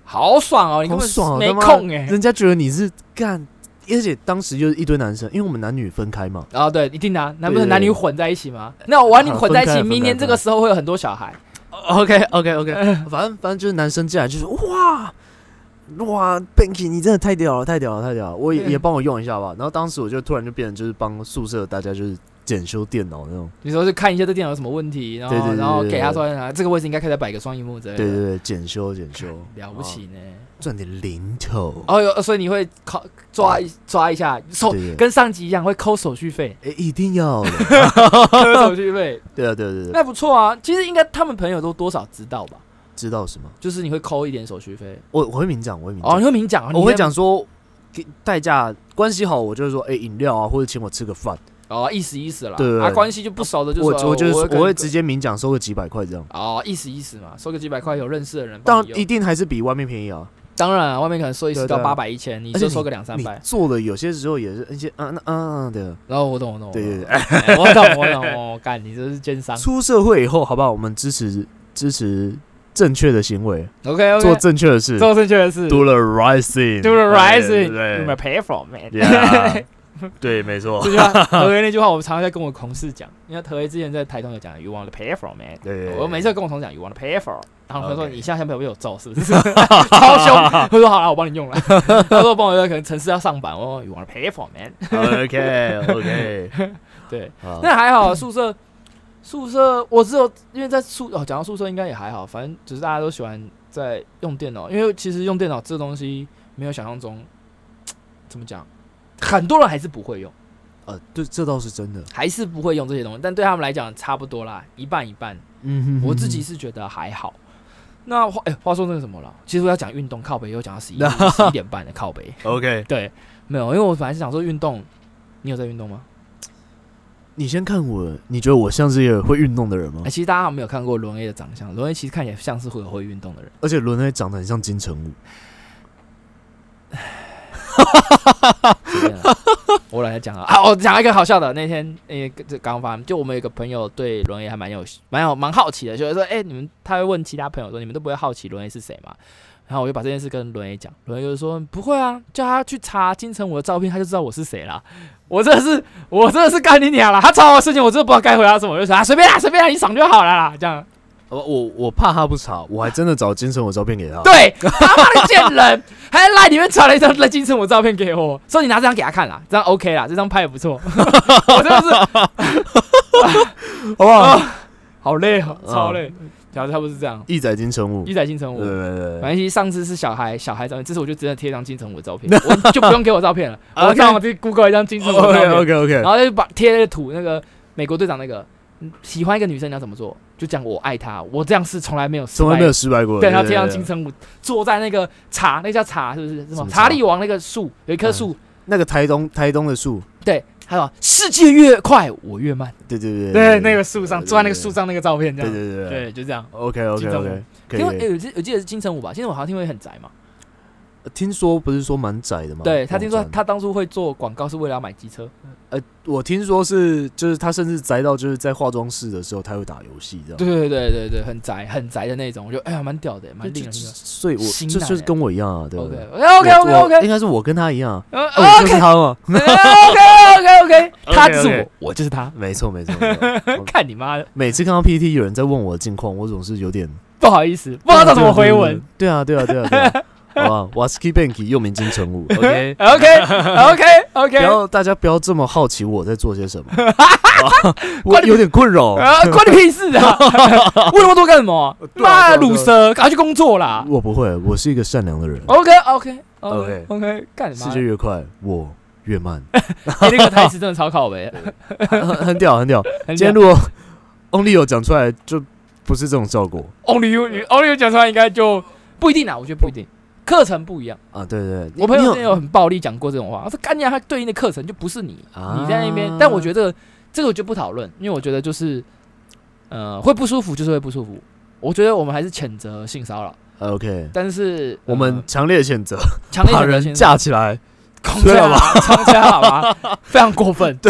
S1: 好爽哦，你根
S2: 好
S1: 本
S2: 爽啊，
S1: 没
S2: 他妈
S1: 空哎。
S2: 人家觉得你是干，而且当时就是一堆男生，因为我们男女分开嘛，
S1: 啊，对，一定的啊，那不是
S2: 对对
S1: 男女混在一起吗？那我玩你混在一
S2: 分
S1: 起，
S2: 开分开
S1: 明年这个时候会有很多小孩。
S2: OK OK OK，反 正反正就是男生进来就是哇哇 b e n k y 你真的太屌了，太屌了，太屌了！我也
S1: 嗯
S2: 也帮我用一下吧。然后当时我就突然就变成就是帮宿舍大家就是检修电脑那种，
S1: 你说是看一下这电脑有什么问题，然后
S2: 对对对对
S1: 然后
S2: 对
S1: 给他说啊，这个位置应该可以再摆个双荧幕之类的。
S2: 对对对，检修检修，
S1: 了不起
S2: 啊，
S1: 呢。
S2: 赚点零头。
S1: 哦哟，所以你会考抓一抓一下手
S2: 对对，
S1: 跟上集一样会扣手续 费，
S2: 哎，一定要的。
S1: 扣手续费。
S2: 对啊对啊对啊对啊，
S1: 那不错啊，其实应该他们朋友都多少知道吧，
S2: 知道什么？
S1: 就是你会抠一点手续费
S2: 我我会明讲，我会明
S1: 哦，
S2: 讲
S1: 你，会明讲啊，你
S2: 我会
S1: 在
S2: 讲说给代价关系好，我就是说哎饮料啊，或者请我吃个饭。
S1: 哦，意思意思啦，
S2: 对对对
S1: 啊，关系就不熟的就
S2: 我
S1: 说
S2: 我就是
S1: 我跟
S2: 我会直接明讲收个几百块这样，
S1: 哦，意思意思嘛，收个几百块有认识的人
S2: 当
S1: 帮你
S2: 然一
S1: 用，
S2: 定还是比外面便宜啊。
S1: 当然啊外面可能收一
S2: 对
S1: 十
S2: 啊
S1: 到
S2: 对啊
S1: 八百一千，你
S2: 而且
S1: 就收个两三
S2: 你
S1: 百，
S2: 做的有些时候也是一些啊那啊啊的。
S1: 然后我懂我懂，
S2: 对对对，
S1: 我懂哎我懂我懂，我干你这是奸商，
S2: 出社会以后，好不好？我们支持支持正确的行为，
S1: OK OK，
S2: 做正确的事
S1: 做正确的事
S2: ，do the right thing，
S1: ，Do the right thing，
S2: 对
S1: you may pay for it。
S2: Yeah 对，没错
S1: 这，句 话，何为那句话，我常常在跟我同事讲，因为何为之前在台东有讲 “you want to pay for man”，
S2: 对，
S1: 我每次跟我同事讲 “you want to pay for”，然后他说
S2: OK
S1: 你现在男朋友被我揍是不 是？超凶，他说好了，我帮你用了，他说帮我用，可能城市要上班，我说 “you want to pay for man”，
S2: OK OK，
S1: 对，
S2: 好，
S1: 那还好，宿舍宿舍我只有因为在宿哦，讲到宿舍应该也还好，反正只是大家都喜欢在用电脑，因为其实用电脑这东西没有想象中怎么讲，很多人还是不会用。
S2: 呃，对，这倒是真的，
S1: 还是不会用这些东西，但对他们来讲差不多啦，一半一半。
S2: 嗯
S1: 我自己是觉得还好。那话哎、话说那个什么了，其实我要讲运动靠北，又讲到十一十一点半的靠北。
S2: OK，
S1: 对，没有，因为我本来是想说运动，你有在运动吗？
S2: 你先看我，你觉得我像是一个会运动的人吗
S1: 哎、？其实大家好像没有看过伦 A 的长相，伦 A 其实看起来像是会有会运动的人。
S2: 而且轮胎长得很像金城武，
S1: 随便啦我来讲啊，啊，我讲一个好笑的。那天，诶、这刚发，就我们有个朋友对轮爷还蛮有、蛮有、蛮好奇的，就是说，哎、你们他会问其他朋友说，你们都不会好奇轮爷是谁吗？然后我就把这件事跟轮爷讲，轮爷就说不会啊，叫他去查金城武的照片，他就知道我是谁啦。我真的是，我真的是干你娘啦！他查我的事情，我真的不知道该回答什么，我就说啊，随便啦，随便啦，你爽就好了啦，这样。
S2: 我哦我我怕他不查，我还真的找金城武照片给他。
S1: 对，他妈的贱人，还在赖里面传了一张金城武照片给我，说你拿这张给他看啦，这张 OK 啦，这张拍的不错。 我真的 是
S2: 好不 好？
S1: 好累哦，
S2: 嗯
S1: 超累，然后差不多是这样。
S2: 一仔金城武，
S1: 一
S2: 对
S1: 载金城武，
S2: 哦对
S1: 反
S2: 对，
S1: 正其实上次是小孩小孩照片，这次我就真的贴一张金城武的照 片，我就不用给我照片了，我
S2: OK
S1: 上网去 Google 一张金城武的照
S2: OK
S1: 片，
S2: OK OK，
S1: 然后就把贴那个图，那个美国队长那个，嗯喜欢一个女生你要怎么做？就讲我爱她，我这样是从来没有失败
S2: 从来没有失败过。
S1: 对，然后贴上金城武坐在那个茶，那叫茶是不是？什
S2: 什
S1: 么
S2: 么
S1: 茶
S2: 茶
S1: 力王那个树有一棵
S2: 嗯
S1: 树，
S2: 那个台东台东的树，
S1: 对，还有世界越快我越慢，
S2: 对对对
S1: 对，那个树上坐在那个树
S2: 上，
S1: 上那个照片这
S2: 对
S1: 样，
S2: 对对
S1: 对，就这样。
S2: OK OK OK，可以
S1: 因
S2: 可
S1: 为、哎
S2: 以。
S1: 诶我记我记得是金城武吧，金城武好像听说也很宅嘛。
S2: 哎听说不是说蛮窄的吗？
S1: 对他听说
S2: 网站
S1: 他当初会做广告是为了要买机车，
S2: 哦我听说是就是他甚至宅到就是在化妆室的时候他会打游戏这样。
S1: 对对对对对，很宅很宅的那种，我觉得哎呀蛮屌的，蛮
S2: 就，
S1: 令人
S2: 就
S1: 兴
S2: 就
S1: 奋。
S2: 所以我
S1: 心
S2: 就
S1: 软
S2: 就是
S1: 欸
S2: 跟我一样啊，对不
S1: OK
S2: 对
S1: OK OK
S2: 我我
S1: OK 哦
S2: 应该是我跟他一样啊，啊我就是
S1: OK
S2: 他嘛，
S1: OK OK，他就是我
S2: OK，OK，
S1: 我就是他，
S2: 没错没错。没错我
S1: 看你妈的，
S2: 每次看到 PPT 有人在问我的近况，我总是有点
S1: 不好意思，不知道怎么回文。。
S2: 对啊，对啊，对啊，对啊。好吧 w a s k y Bank 又名金城武，OK。
S1: OK OK
S2: 不
S1: OK，
S2: 要大家不要这么好奇我在做 些什么，哇我有点困扰。
S1: 啊，关你屁事 啊！问那么多干什么？
S2: 对啊
S1: 妈的
S2: 对啊
S1: 乳蛇，赶快去工作啦
S2: 我不会，我是一个善良的人。
S1: ！OK OK OK OK，干你
S2: 世
S1: 妈
S2: 界
S1: 的！
S2: 越快，我 越慢，
S1: 你那个台词真的超靠 背，
S2: 很很屌，很屌。
S1: 很
S2: 今天如果 Only 有讲出来，就不是这种效果
S1: Only you，你 Only you 讲出来应该就不一定啦，我觉得不一定，课程不一样。
S2: 啊！对对，对
S1: 我朋友之
S2: 你
S1: 前有很暴力讲过这种话，他说干娘他对应的课程就不是你，
S2: 啊
S1: 你在那边。但我觉得这个这个我就不讨论，因为我觉得就是呃会不舒服就是会不舒服。我觉得我们还是谴责性骚扰，
S2: 有 OK，
S1: 但是、呃
S2: 我们强烈谴责，
S1: 强烈谴
S2: 把
S1: 责
S2: 人
S1: 性
S2: 架起来。
S1: 空
S2: 对
S1: 架
S2: 了
S1: 吧， 空架好 吗？非常过分，对，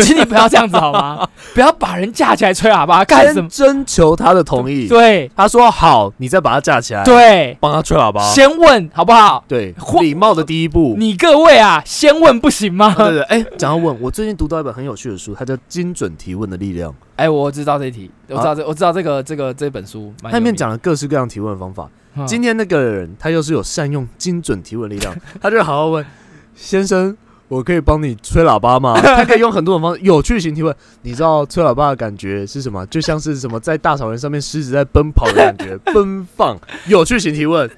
S1: 请你不要这样子好吗？不要把人架起来吹喇叭干什
S2: 先
S1: 么？
S2: 征求他的同意，
S1: 对
S2: 他说好，你再把他架起来，
S1: 对，
S2: 帮他吹喇叭。
S1: 先问好不好？
S2: 对
S1: 或，
S2: 礼貌的第一步。
S1: 你各位啊，先问不行吗
S2: 啊？对对，对哎，讲到问，我最近读到一本很有趣的书，它叫《精准提问的力量》，
S1: 哎、我知道这一题，我知道这，我知道这个这个这本书，
S2: 它里面讲了各式各样提问的方法。
S1: 嗯
S2: 今天那个人他又是有善用精准提问力量， 他就好好问先生。我可以帮你吹喇叭 吗？他可以用很多种方式，有趣型提问。你知道吹喇叭的感觉是什么？就像是什么在大草原上面狮子在奔跑的感觉， 奔放。有趣型提问，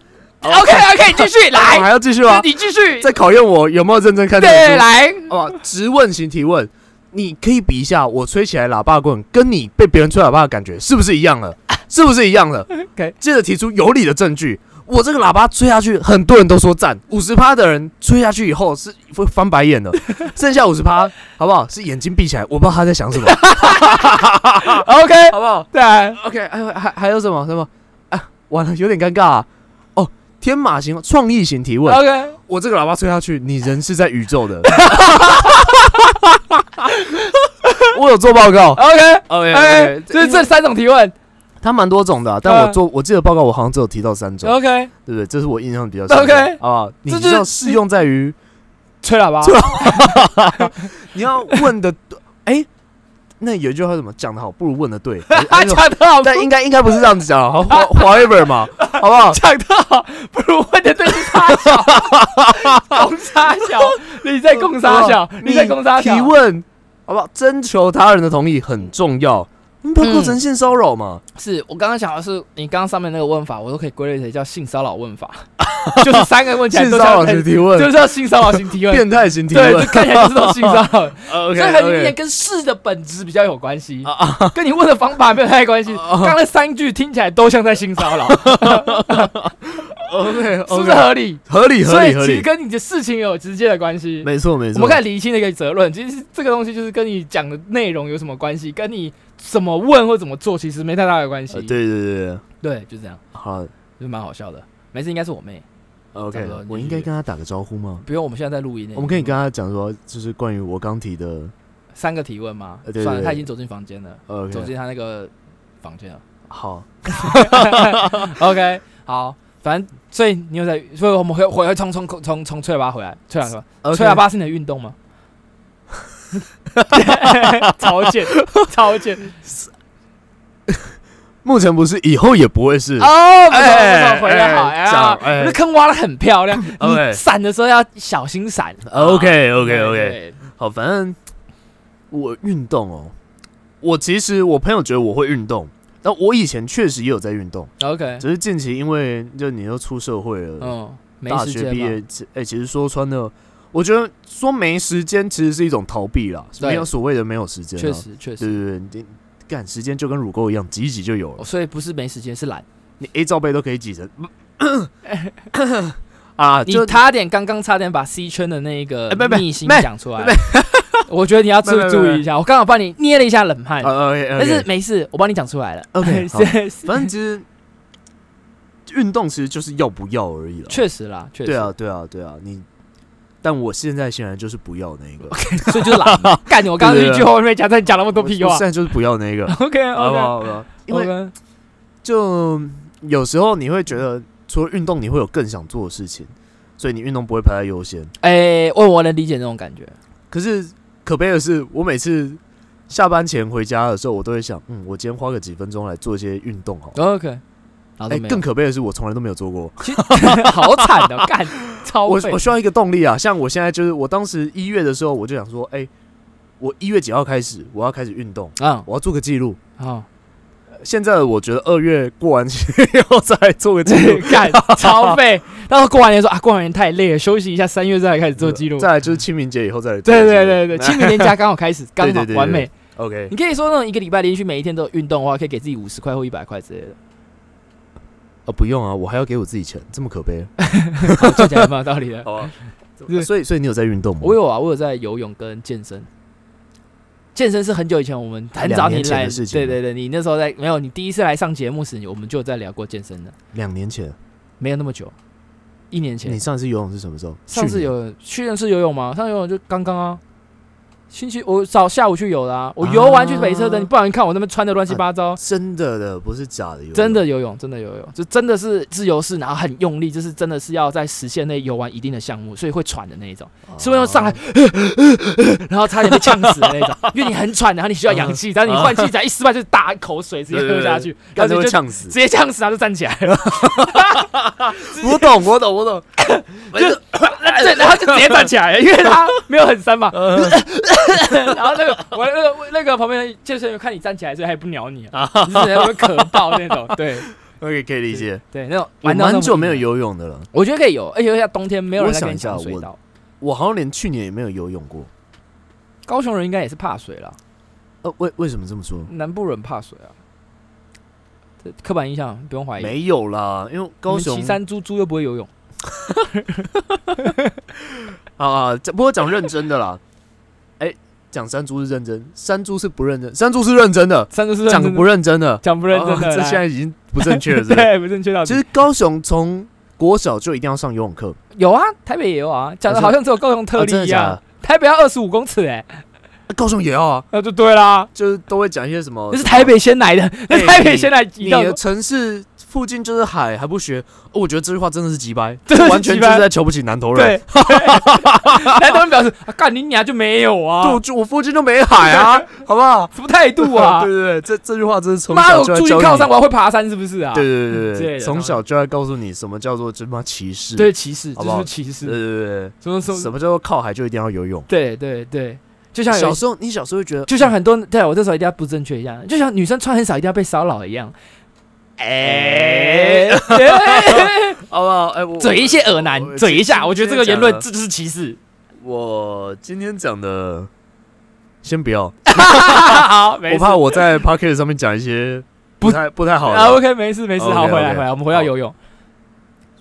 S1: OK OK，继续
S2: 我
S1: 来，
S2: 还要继续吗？
S1: 你继续，
S2: 在考验我有没有认真看这本书
S1: 对，。来，
S2: 哦，直问型提问，你可以比一下我吹起来喇叭棍，跟你被别人吹喇叭的感觉是不是一样了？是不是一样了
S1: OK
S2: 接着提出有理的证据。我这个喇叭吹下去，很多人都说赞，五十趴的人吹下去以后是会翻白眼的，剩下五十趴，好不好？是眼睛闭起来，我不知道他在想什么，
S1: ，OK，
S2: 好不好
S1: 对，
S2: ？OK，还有还还有什么什么啊？完了，有点尴尬啊。哦，天马行创意型提问，
S1: ，OK，
S2: 我这个喇叭吹下去，你人是在宇宙 的。我有做报告
S1: OK，
S2: ，OK，哦哎
S1: 哎，这这三种提问，
S2: 它蛮多种的啊、但我做我记得报告我好像只有提到三种，
S1: OK，
S2: 对不对？这是我印象比较深刻
S1: OK
S2: 啊。哦你
S1: 这
S2: 知
S1: 就是
S2: 道适用在于
S1: 吹喇叭，
S2: 吹 你要问的，哎、那有一句话怎么讲的好，不如问的 对。
S1: 啊，
S2: 哎
S1: 讲得好，
S2: 但应该应该不是这样子讲啊，好 however 嘛，好不好？
S1: 讲得好，不如问的对是沙小， 共沙小，你在共
S2: 啊
S1: 沙小，你在共沙小，
S2: 哦提问，好不好？征求他人的同意很重要，嗯包括
S1: 嗯
S2: 呈现骚扰嘛。
S1: 是我刚刚想的是，你刚刚上面那个问法，我都可以归类成叫性骚扰问 法，就是三个问 题
S2: 性
S1: 都
S2: 骚扰
S1: 叫
S2: 型提
S1: 就
S2: 问，
S1: 是叫性骚扰型提问，
S2: 变态型提
S1: 对，
S2: 问
S1: 就看起来就是 哦这种性骚扰，
S2: 呃
S1: 所以很明
S2: ，OK，OK。
S1: 显跟事的本质比较有关系
S2: 啊，
S1: 跟你问的方法没有太关系。
S2: 啊
S1: 刚刚那三句听起来都像在性骚 扰，是
S2: OK
S1: 不是
S2: OK，
S1: 合理？
S2: 合理哦合
S1: 所以
S2: 理合
S1: 其实
S2: 理，
S1: 跟你的事情有直接的关系。
S2: 没错没
S1: 我
S2: 错。
S1: 们可以理清的一个责任，其实这个东西就是跟你讲的内容有什么关系，跟你怎么问或怎么做其实没太大的关系
S2: 呃，。对对对对，
S1: 对，就这样，
S2: 好
S1: 就蛮好笑的。没事，应该是我妹，差
S2: OK，
S1: 不多
S2: 我
S1: 你嗯
S2: 应
S1: 继
S2: 该
S1: 续
S2: 跟他打个招呼吗？
S1: 不用，我们现在在录音呢。
S2: 我们可以跟他讲说，就是关于我刚提的
S1: 三个提问吗
S2: 呃对？对
S1: 算了，
S2: 对
S1: 她已经走进房间了，
S2: 呃
S1: 走
S2: OK，
S1: 进她那个房间 了。
S2: 好，
S1: OK，好，反正所以你有在，所以我们回回回从从从从吹喇叭回来，吹喇叭，吹喇
S2: OK
S1: 叭是你的运动 吗？超贱，超贱
S2: 目前不是，以后也不会是。
S1: 哦！不错不
S2: 哎
S1: 错，回来好
S2: 哎
S1: 哎
S2: 讲
S1: 呀，
S2: 哎
S1: 那坑挖的很漂 亮，
S2: OK
S1: 你闪的时候要小心闪。
S2: OK OK
S1: 对
S2: OK，
S1: 对
S2: 好，反正我运动哦，我其实我朋友觉得我会运动，但我以前确实也有在运动，
S1: OK，
S2: 只是近期因为就你都出社会了，
S1: 哎嗯，没
S2: 大
S1: 时
S2: 学
S1: 间
S2: 毕
S1: 嘛
S2: 业，其哎、其实说穿了，我觉得说没时间其实是一种逃避啦，
S1: 对
S2: 没有所谓的没有时间、啊，
S1: 确，实确
S2: 对
S1: 实，
S2: 对对，你干时间就跟乳沟一样，挤一挤就有了
S1: 哦，所以不是没时间，是懒。
S2: 你 A 罩杯都可以挤成。 啊，
S1: 你
S2: 就
S1: 差点刚刚差点把 C 圈的那一个
S2: 哎不不
S1: 逆心
S2: 不
S1: 讲出来， 我觉得你要注
S2: 不不不
S1: 注意一下。我刚好帮你捏了一下冷汗，
S2: 呃，OK，OK，
S1: 但是没事，我帮你讲出来了。
S2: OK，好
S1: 是是
S2: 反正其实运动其实就是要不要而已了。
S1: 确实啦，确实
S2: 对啊，，对啊，对啊，你，但我现在显然就是不要那个，
S1: 所以就是懒 嘛。干你，我刚刚
S2: 对
S1: 一
S2: 对对
S1: 句 话都没讲，再讲那么多
S2: 我
S1: 屁
S2: 我
S1: 话
S2: 现。在就是不要 那个，
S1: OK
S2: 好不
S1: OK，
S2: 好？好不好因为
S1: 为
S2: 就有时候你会觉得，除了运动，你会有更想做的事情，所以你运动不会排在优先。
S1: 哎，我我能理解那种感觉。
S2: 可是可悲的是，我每次下班前回家的时候，我都会想，嗯，我今天花个几分钟来做一些运动好了。
S1: OK，然后啊
S2: 哎、
S1: 都没有
S2: 更可悲的是，我从来都没有做过。
S1: 其实 好惨的，干超
S2: 我
S1: 废
S2: 我需要一个动力啊！像我现在就是，我当时一月的时候，我就想说，哎、我一月几号开始，我要开始运动，
S1: 嗯
S2: 我要做个记录。
S1: 好，
S2: 现在我觉得二月过完期以后再来做个记录，
S1: 干超 废。然后过完年说啊，过完年太累了，休息一下，三月再来开始 做记录。
S2: 再来就是清明节以后再来做
S1: 对
S2: 个记录。
S1: 对对对，清明年假刚好 开始，刚好
S2: 对对对
S1: 完美。
S2: ，OK，
S1: 你可以说那种一个礼拜连续每一天都有运动的话，可以给自己五十块或一百块之 类的，
S2: 哦，不用啊，我还要给我自己钱，这么可悲。
S1: 好这讲起来蛮有道理的。
S2: 好 啊，
S1: 是
S2: 所以所以你有在运动吗？
S1: 我有啊，我有在游泳跟健身。健身是很久以前我们很早
S2: 两
S1: 你
S2: 年前
S1: 来，
S2: 的事情
S1: 对对对，你那时候在没有你第一次来上节目时，我们就有在聊过健身的，
S2: 两年前，
S1: 没有那么久，一年前
S2: 你。上一次游泳是什么时候？
S1: 上次
S2: 去年
S1: 有去年是游泳吗？上次游泳就刚刚啊，星期我早下午去游的啊，我游完去北车的，
S2: 啊
S1: 你不然看我那边穿的乱七八糟，
S2: 真的的，不是假的游泳，
S1: 真的游泳，真的游泳，就真的是自由式，然后很用力，就是真的是要在时限内游完一定的项目，所以会喘的那一种，
S2: 哦
S1: 是会用 上来，然后差点被呛死的那种，因为你很喘，然后你需要氧气，
S2: 啊
S1: 但是你换气才一失败就大口水直接喝下去，然后
S2: 干脆
S1: 你
S2: 会
S1: 就直
S2: 呛死。
S1: 接呛死，然后就站起来了，
S2: 我懂，我懂，我 懂。
S1: 对，然后就直接站起来了，因为他没有很深嘛， 然后那个我那个那个旁边的健身员看你站起来，所以他也不鸟你啊，就是在那边咳爆那种。对
S2: OK，可以理解。
S1: 对，那种
S2: 我
S1: 玩到那
S2: 蛮
S1: 种
S2: 久没有
S1: 地步，
S2: 游泳的了，
S1: 我觉得可以游，而且在冬天没有人在
S2: 我
S1: 跟
S2: 想
S1: 你
S2: 一下
S1: 抢水道。
S2: 我好像连去年也没有游泳过。
S1: 高雄人应该也是怕水啦，
S2: 呃，为为什么这么说？
S1: 南部人怕水啊，这刻板印象不用怀疑。
S2: 没有啦，因为高
S1: 哎你
S2: 雄
S1: 们骑山猪猪又不会游泳，
S2: 啊，这不过讲认真的啦。 哎，讲山猪是认真，山猪是不认真，山猪是认真的，
S1: 山猪是
S2: 讲
S1: 认真的
S2: 不认真的，
S1: 讲不认真
S2: 哦
S1: 的，
S2: 这现在已经不正确了。是
S1: 来
S2: 不
S1: 对不
S2: 是
S1: 正确到
S2: 其实高雄从国小就一定要上游泳课，
S1: 有啊，台北也有啊，讲的好像只有高雄特
S2: 啊真
S1: 例
S2: 的
S1: 一
S2: 假
S1: 样
S2: 的。？
S1: 台北要二十五公尺哎、
S2: 高雄也要啊，
S1: 那就对啦。
S2: 就是都会讲一些什么。
S1: 那是台北鲜奶的，那是台北鲜奶
S2: 哦哎你
S1: 挤到
S2: 的城市附近就是海，还不学？哦，我觉得这句话真的是鸡掰，
S1: 真
S2: 这
S1: 的是
S2: 完全
S1: 鸡
S2: 就
S1: 掰
S2: 是在瞧不起南投人。
S1: 对，南投人表示啊，干你娘就没有
S2: 对，
S1: 啊
S2: 我，就我附近就没海啊，好不好？
S1: 什么态度啊
S2: 对？对对，这这句话真是从
S1: 妈，
S2: 小
S1: 我
S2: 就在
S1: 注意
S2: 教
S1: 靠山，
S2: 你。
S1: 我还会爬山，是不是啊？
S2: 对对对
S1: 之类
S2: 对，
S1: 的
S2: 从小就在告诉你什么叫做他妈歧视。
S1: 对，歧视，
S2: 好
S1: 这
S2: 不
S1: 就
S2: 好
S1: 是歧视
S2: 对。对
S1: 什么什
S2: 对，
S1: 么？
S2: 什么叫做靠海就一定要游泳？
S1: 对对对，就像有
S2: 小时候你小时候会觉得，
S1: 就像很多对我这时候一定要不正确一样，就像女生穿很少一定要被骚扰一样。哎，
S2: 好不好？哎，我
S1: 嘴一些耳
S2: 哦
S1: 男，嘴一下，我觉得这个言论
S2: 今
S1: 这就是歧视。
S2: 我今天讲的，先不要，
S1: 啊好，没事。
S2: 我怕我在 p o c k e t 上面讲一些不太不太好
S1: 啊
S2: 的。
S1: ，OK，没事没事，好，
S2: OK，OK，
S1: 回来回来，我们回到
S2: 好
S1: 游泳，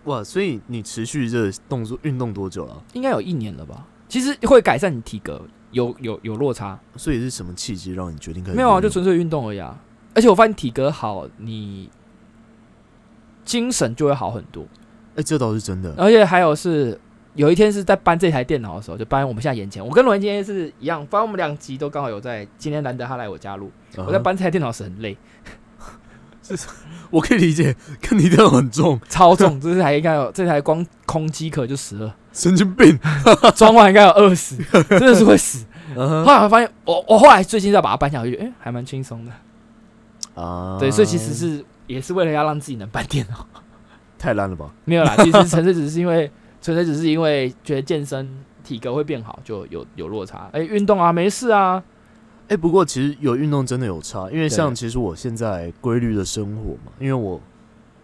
S2: 哇，所以你持续这动作运动多久了？
S1: 应该有一年了吧？其实会改善你体格，有有有落差，
S2: 所以是什么契机让你决定开始？
S1: 没有啊，就纯粹运动而已啊。而且我发现体格好，你精神就会好很多。
S2: 哎，这倒是真的。
S1: 而且还有是，有一天是在搬这台电脑的时候，就搬我们现在眼前。我跟罗文今天是一样，反正我们两集都刚好有在。今天难得他来我家录，我在
S2: 嗯
S1: 搬这台电脑时很累，
S2: 我可以理解，跟你的很重，
S1: 超重，这台应该有这台光空机壳就十二，
S2: 神经病。
S1: 装完应该有二十，真的是会死。后来我发现，我我后来最近再把它搬下去，哎、还蛮轻松的。
S2: 啊
S1: 对，所以其实是也是为了要让自己能搬电脑，
S2: 太烂了吧？
S1: 没有啦，其实纯粹只是因为，纯粹只是因为觉得健身体格会变好，就有有落差。哎、运动啊，没事啊，
S2: 哎、不过其实有运动真的有差，因为像
S1: 对
S2: 其实我现在规律的生活嘛，因为我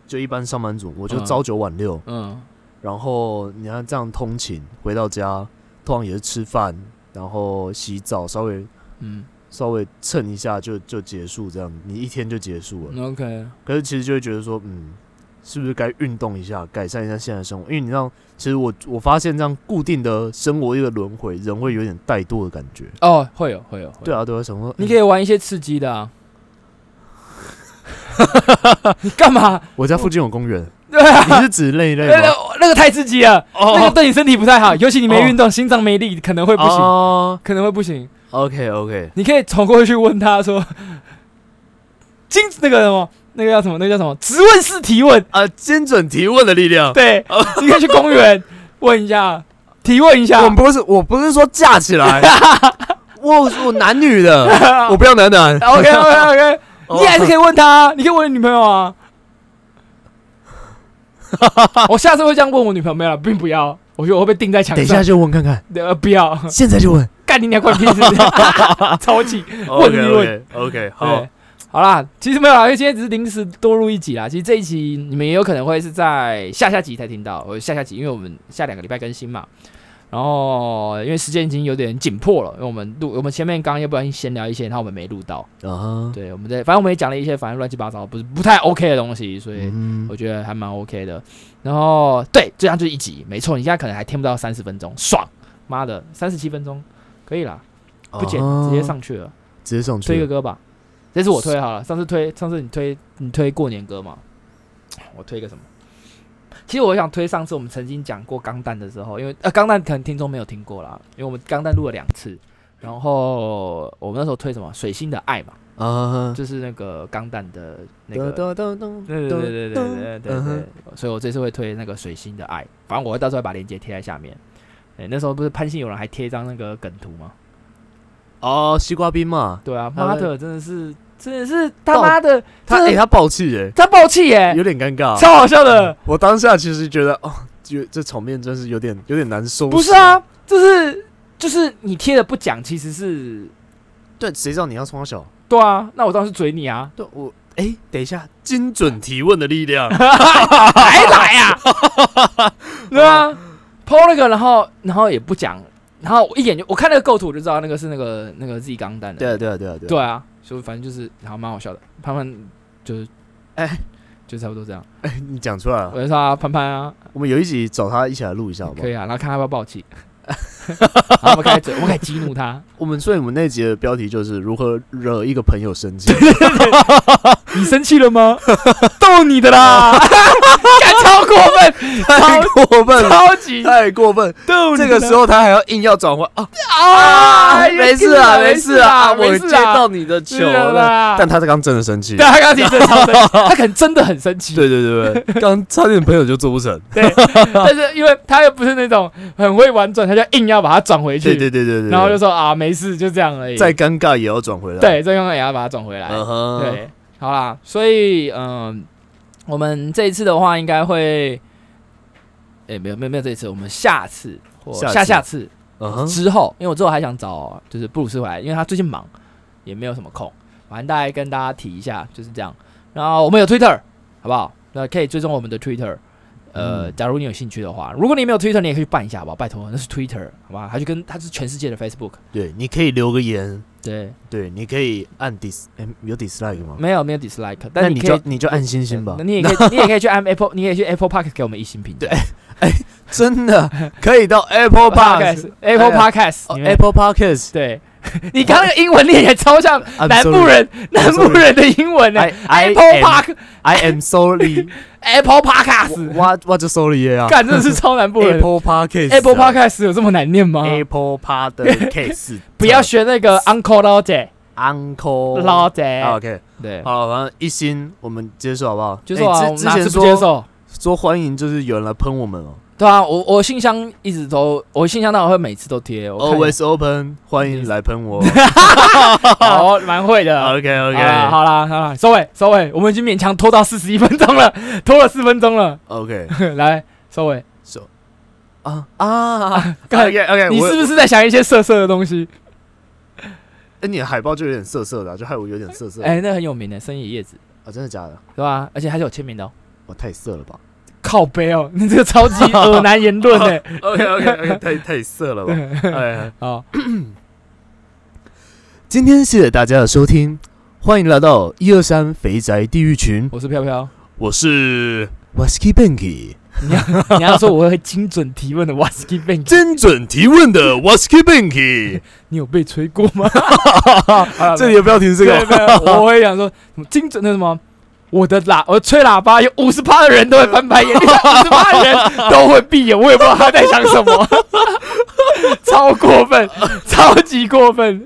S2: 就一般上班族，我就
S1: 嗯
S2: 朝九晚六，
S1: 嗯。
S2: 然后你看这样通勤回到家，通常也是吃饭，然后洗澡，稍微
S1: 嗯
S2: 稍微蹭一下就就结束，这样你一天就结束了。
S1: ，OK，
S2: 可是其实就会觉得说，嗯，是不是该运动一下，改善一下现在的生活？因为你让其实我我发现这样固定的生活一个轮回，人会有点怠惰的感觉。
S1: 哦，会有会有，会有
S2: 对啊，对啊，想说
S1: 你
S2: 嗯
S1: 可以玩一些刺激的 啊。你干嘛？
S2: 我家附近有公园，
S1: 对啊，
S2: 你是哦指那一类
S1: 那
S2: 吗？
S1: 个那个太刺激了，那个对你身体不太好，尤其你没运动，心脏没力，可能会不行，
S2: 哦
S1: 可能会不行。
S2: ，OK OK，
S1: 你可以走过去问他说，精那个什么，那个叫什么，那个叫什么，直问式提问。
S2: 啊，精准提问的力量。
S1: 对，你可以去公园问一下，提问一下
S2: 我。不是我不是说架 起来，我我男女的，我不要男男。
S1: OK OK OK，
S2: 哦
S1: 你还是可以问他，你可以问你女朋友啊。我下次会这样问我女朋友，没有了，并不要。我觉得我会被钉在墙
S2: 等一下
S1: 上。
S2: 就问 看看，
S1: 呃，不要，
S2: 现在就问。
S1: 干你娘关屁事！ 超气。问一问
S2: OK，
S1: 对，好啦，其实没有啦，因为今天只是临时多录一集啦。其实这一集你们也有可能会是在下下集才听到，我下下集，因为我们下两个礼拜更新嘛。然后因为时间已经有点紧迫了，因为我们录，我们前面刚刚要不然闲聊一些，然后我们没录到。
S2: 啊，
S1: 对，我们在，反正我们也讲了一些反正乱七八糟不是不太 OK 的东西，所以
S2: 嗯
S1: 我觉得还蛮 OK 的。然后对，这样就是一集，没错，你现在可能还听不到三十分钟，爽，妈的，三十七分钟可以啦，不剪、
S2: 啊
S1: 直接上去了，
S2: 直接上去
S1: 推个歌吧，这次我推好了，上次推上次你推你推过年歌嘛，我推个什么？其实我想推上次我们曾经讲过钢弹的时候，因为呃钢弹可能听众没有听过啦，因为我们钢弹录了两次，然后我们那时候推什么水星的爱嘛，
S2: 啊，
S1: 就是那个钢弹的那个
S2: 噔噔噔
S1: 对对对对对对对
S2: 嗯
S1: 对
S2: 哼，
S1: 所以我这次会推那个水星的爱，反正我会到时候把链接贴在下面。哎，那时候不是潘信有人还贴一张那个梗图吗？
S2: 哦，西瓜冰嘛，
S1: 对啊，
S2: 他
S1: 妈
S2: 会
S1: 的，真的是真的是他妈的，
S2: 他
S1: 真
S2: 哎、
S1: 的
S2: 他爆气哎、
S1: 他爆气耶
S2: 有，点尴尬。
S1: 超好笑的。
S2: 我当下其实觉得哦，就这场面真是有点有点难收。
S1: 不是，啊，就是就是你贴的不讲，其实是
S2: 对，谁知道你要冲他小？，
S1: 对啊，那我当时嘴你 啊
S2: 对我哎、等一下，精准提问的 力量。
S1: 还来 呀，对啊，抛那个，然后然后也不讲，然后我一眼就我看那个构图我就知道那个是那个那个 Z 钢弹的，
S2: 对啊，对啊，对啊，对啊。
S1: 对啊，所以反正就是还蛮好笑的。潘潘就是，哎、就差不多这样。
S2: 哎、 你讲出来
S1: 我
S2: 了。
S1: 就说啊，潘潘啊，
S2: 我们有一集找他一起来录一下，好不 好
S1: 可？以啊，然后看他要不要爆气。然后我们开始，我开始激怒他，
S2: 我们所以我们那集的标题就是如何惹一个朋友 生气。
S1: 你生气了 吗？逗你的啦， 干超过 分，
S2: 太
S1: 超
S2: 过 分了，
S1: 超级
S2: 太过分！
S1: 逗你的
S2: 这
S1: 啦。
S2: 个时候他还要硬要 转换啊
S1: 啊，
S2: 没事 啊，没事啊，我
S1: 没
S2: 接
S1: 事啊
S2: 到你的球
S1: 是
S2: 了。
S1: 啦。
S2: 但他刚真的生气，
S1: 对他啊刚刚其实真的超生 气，他可能真的很生气。
S2: 对对啊对 对，刚差点朋友就做不成。
S1: 但是因为他又不是那种很会婉转，他就硬要把它转回去，
S2: 对对对对对，
S1: 然后就说啊没事，就这样而已。
S2: 再尴尬也要转回来。，
S1: 对，再用也要把它转回来。
S2: 嗯哼，
S1: 对，好啦，所以嗯，我们这一次的话应该会，哎、没有没有没有这一次，我们下次或
S2: 下次
S1: 下下次
S2: 嗯哼，
S1: 之后，因为我之后还想找就是布鲁斯回来，因为他最近忙，也没有什么空。反正大概跟大家提一下，就是这样。然后我们有 Twitter，好不好？那可以追踪我们的 Twitter。呃，
S2: 嗯
S1: 假如你有兴趣的话，如果你没有 Twitter，你也可以去办一下，好不好？拜托，那是 Twitter，好吧？它就跟它是全世界的 Facebook。
S2: 对，你可以留个言，
S1: 对，
S2: 对，你可以按 dis，哎，有 dislike 吗？
S1: 没有没有 dislike，
S2: 那
S1: 但
S2: 你
S1: 可以
S2: 就你就按星星吧
S1: 那。你也可 以，你也可以去按 Apple，你也可以去 Apple Park 给我们一星评价。
S2: 真的可以到 Apple Podcast。
S1: Podcast，Apple
S2: 哎
S1: Podcast，
S2: 哦
S1: 你们
S2: Apple Podcast，
S1: 对， 你刚刚那个英文念起来超像
S2: I'm
S1: 南部人南部人的英文呢。
S2: I I
S1: Apple
S2: am
S1: Park
S2: I am sorry，
S1: Apple Podcast，
S2: 我我就 sorry 了啊。
S1: 干真的是超南部人。
S2: Apple Podcast
S1: Apple Podcast 有这么难念吗？
S2: Apple Podcast，
S1: 不要学那个 Uncle 老姐
S2: Uncle
S1: 老姐，
S2: 啊 OK，
S1: 对，
S2: 好，反正一心我们接受好不好？
S1: 就是啊，我
S2: 哎之
S1: 们
S2: 之
S1: 哪
S2: 前
S1: 次不接
S2: 说
S1: 受？
S2: 说欢迎，就是有人来喷我们哦。
S1: 对啊，我我信箱一直都，我信箱当然会每次都贴，
S2: 哦
S1: 我看
S2: Always open，欢迎来喷 我。
S1: 好，蛮会 的。
S2: OK
S1: 好啦
S2: OK
S1: 啊好啦，好啦，收尾收尾，我们已经勉强拖到四十一分钟了， 拖了四分钟了，
S2: OK，
S1: 来收尾。
S2: so 啊啊
S1: 干
S2: OK OK，
S1: 你是不是在想一些色色的东西？
S2: 哎，你的海报就有点涩涩的啊，就害我有点涩涩。
S1: 哎、
S2: 哎，
S1: 那很有名的深野叶子，
S2: 啊，真的假的？
S1: 对吧？而且还是有签名的、哦。
S2: 我太涩了 吧
S1: 靠背哦， 你这个超级恶男言论 哎、
S2: ？OK OK OK，太太涩了吧？哎。
S1: 好，
S2: 今天谢谢大家的收听，欢迎来到一二三肥宅地狱群，
S1: 我是飘飘，
S2: 我是 Wasky Banky，
S1: 你要说我会精准提问的 w a s k y Bank，
S2: 精准提问的 Wasky Banky。
S1: 你有被吹过 吗？
S2: 这里的标题是这个
S1: 对没有 我会想说什么精准那什么。我的喇，我吹喇叭有五十趴的人都会翻白眼，五十趴的人都会闭眼，我也不知道他在想什 么，超过分，超级过分。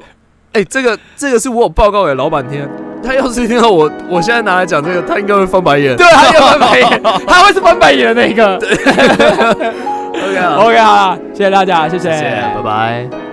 S2: 哎、这个这个是我有报告给老板听，他要是听到我我现在拿来讲这个，他应该会翻白眼。
S1: 对，他就翻白眼，他会是翻白眼的那个。
S2: ，OK，
S1: OK，好啦，谢谢大家，谢谢，
S2: 谢谢，拜拜。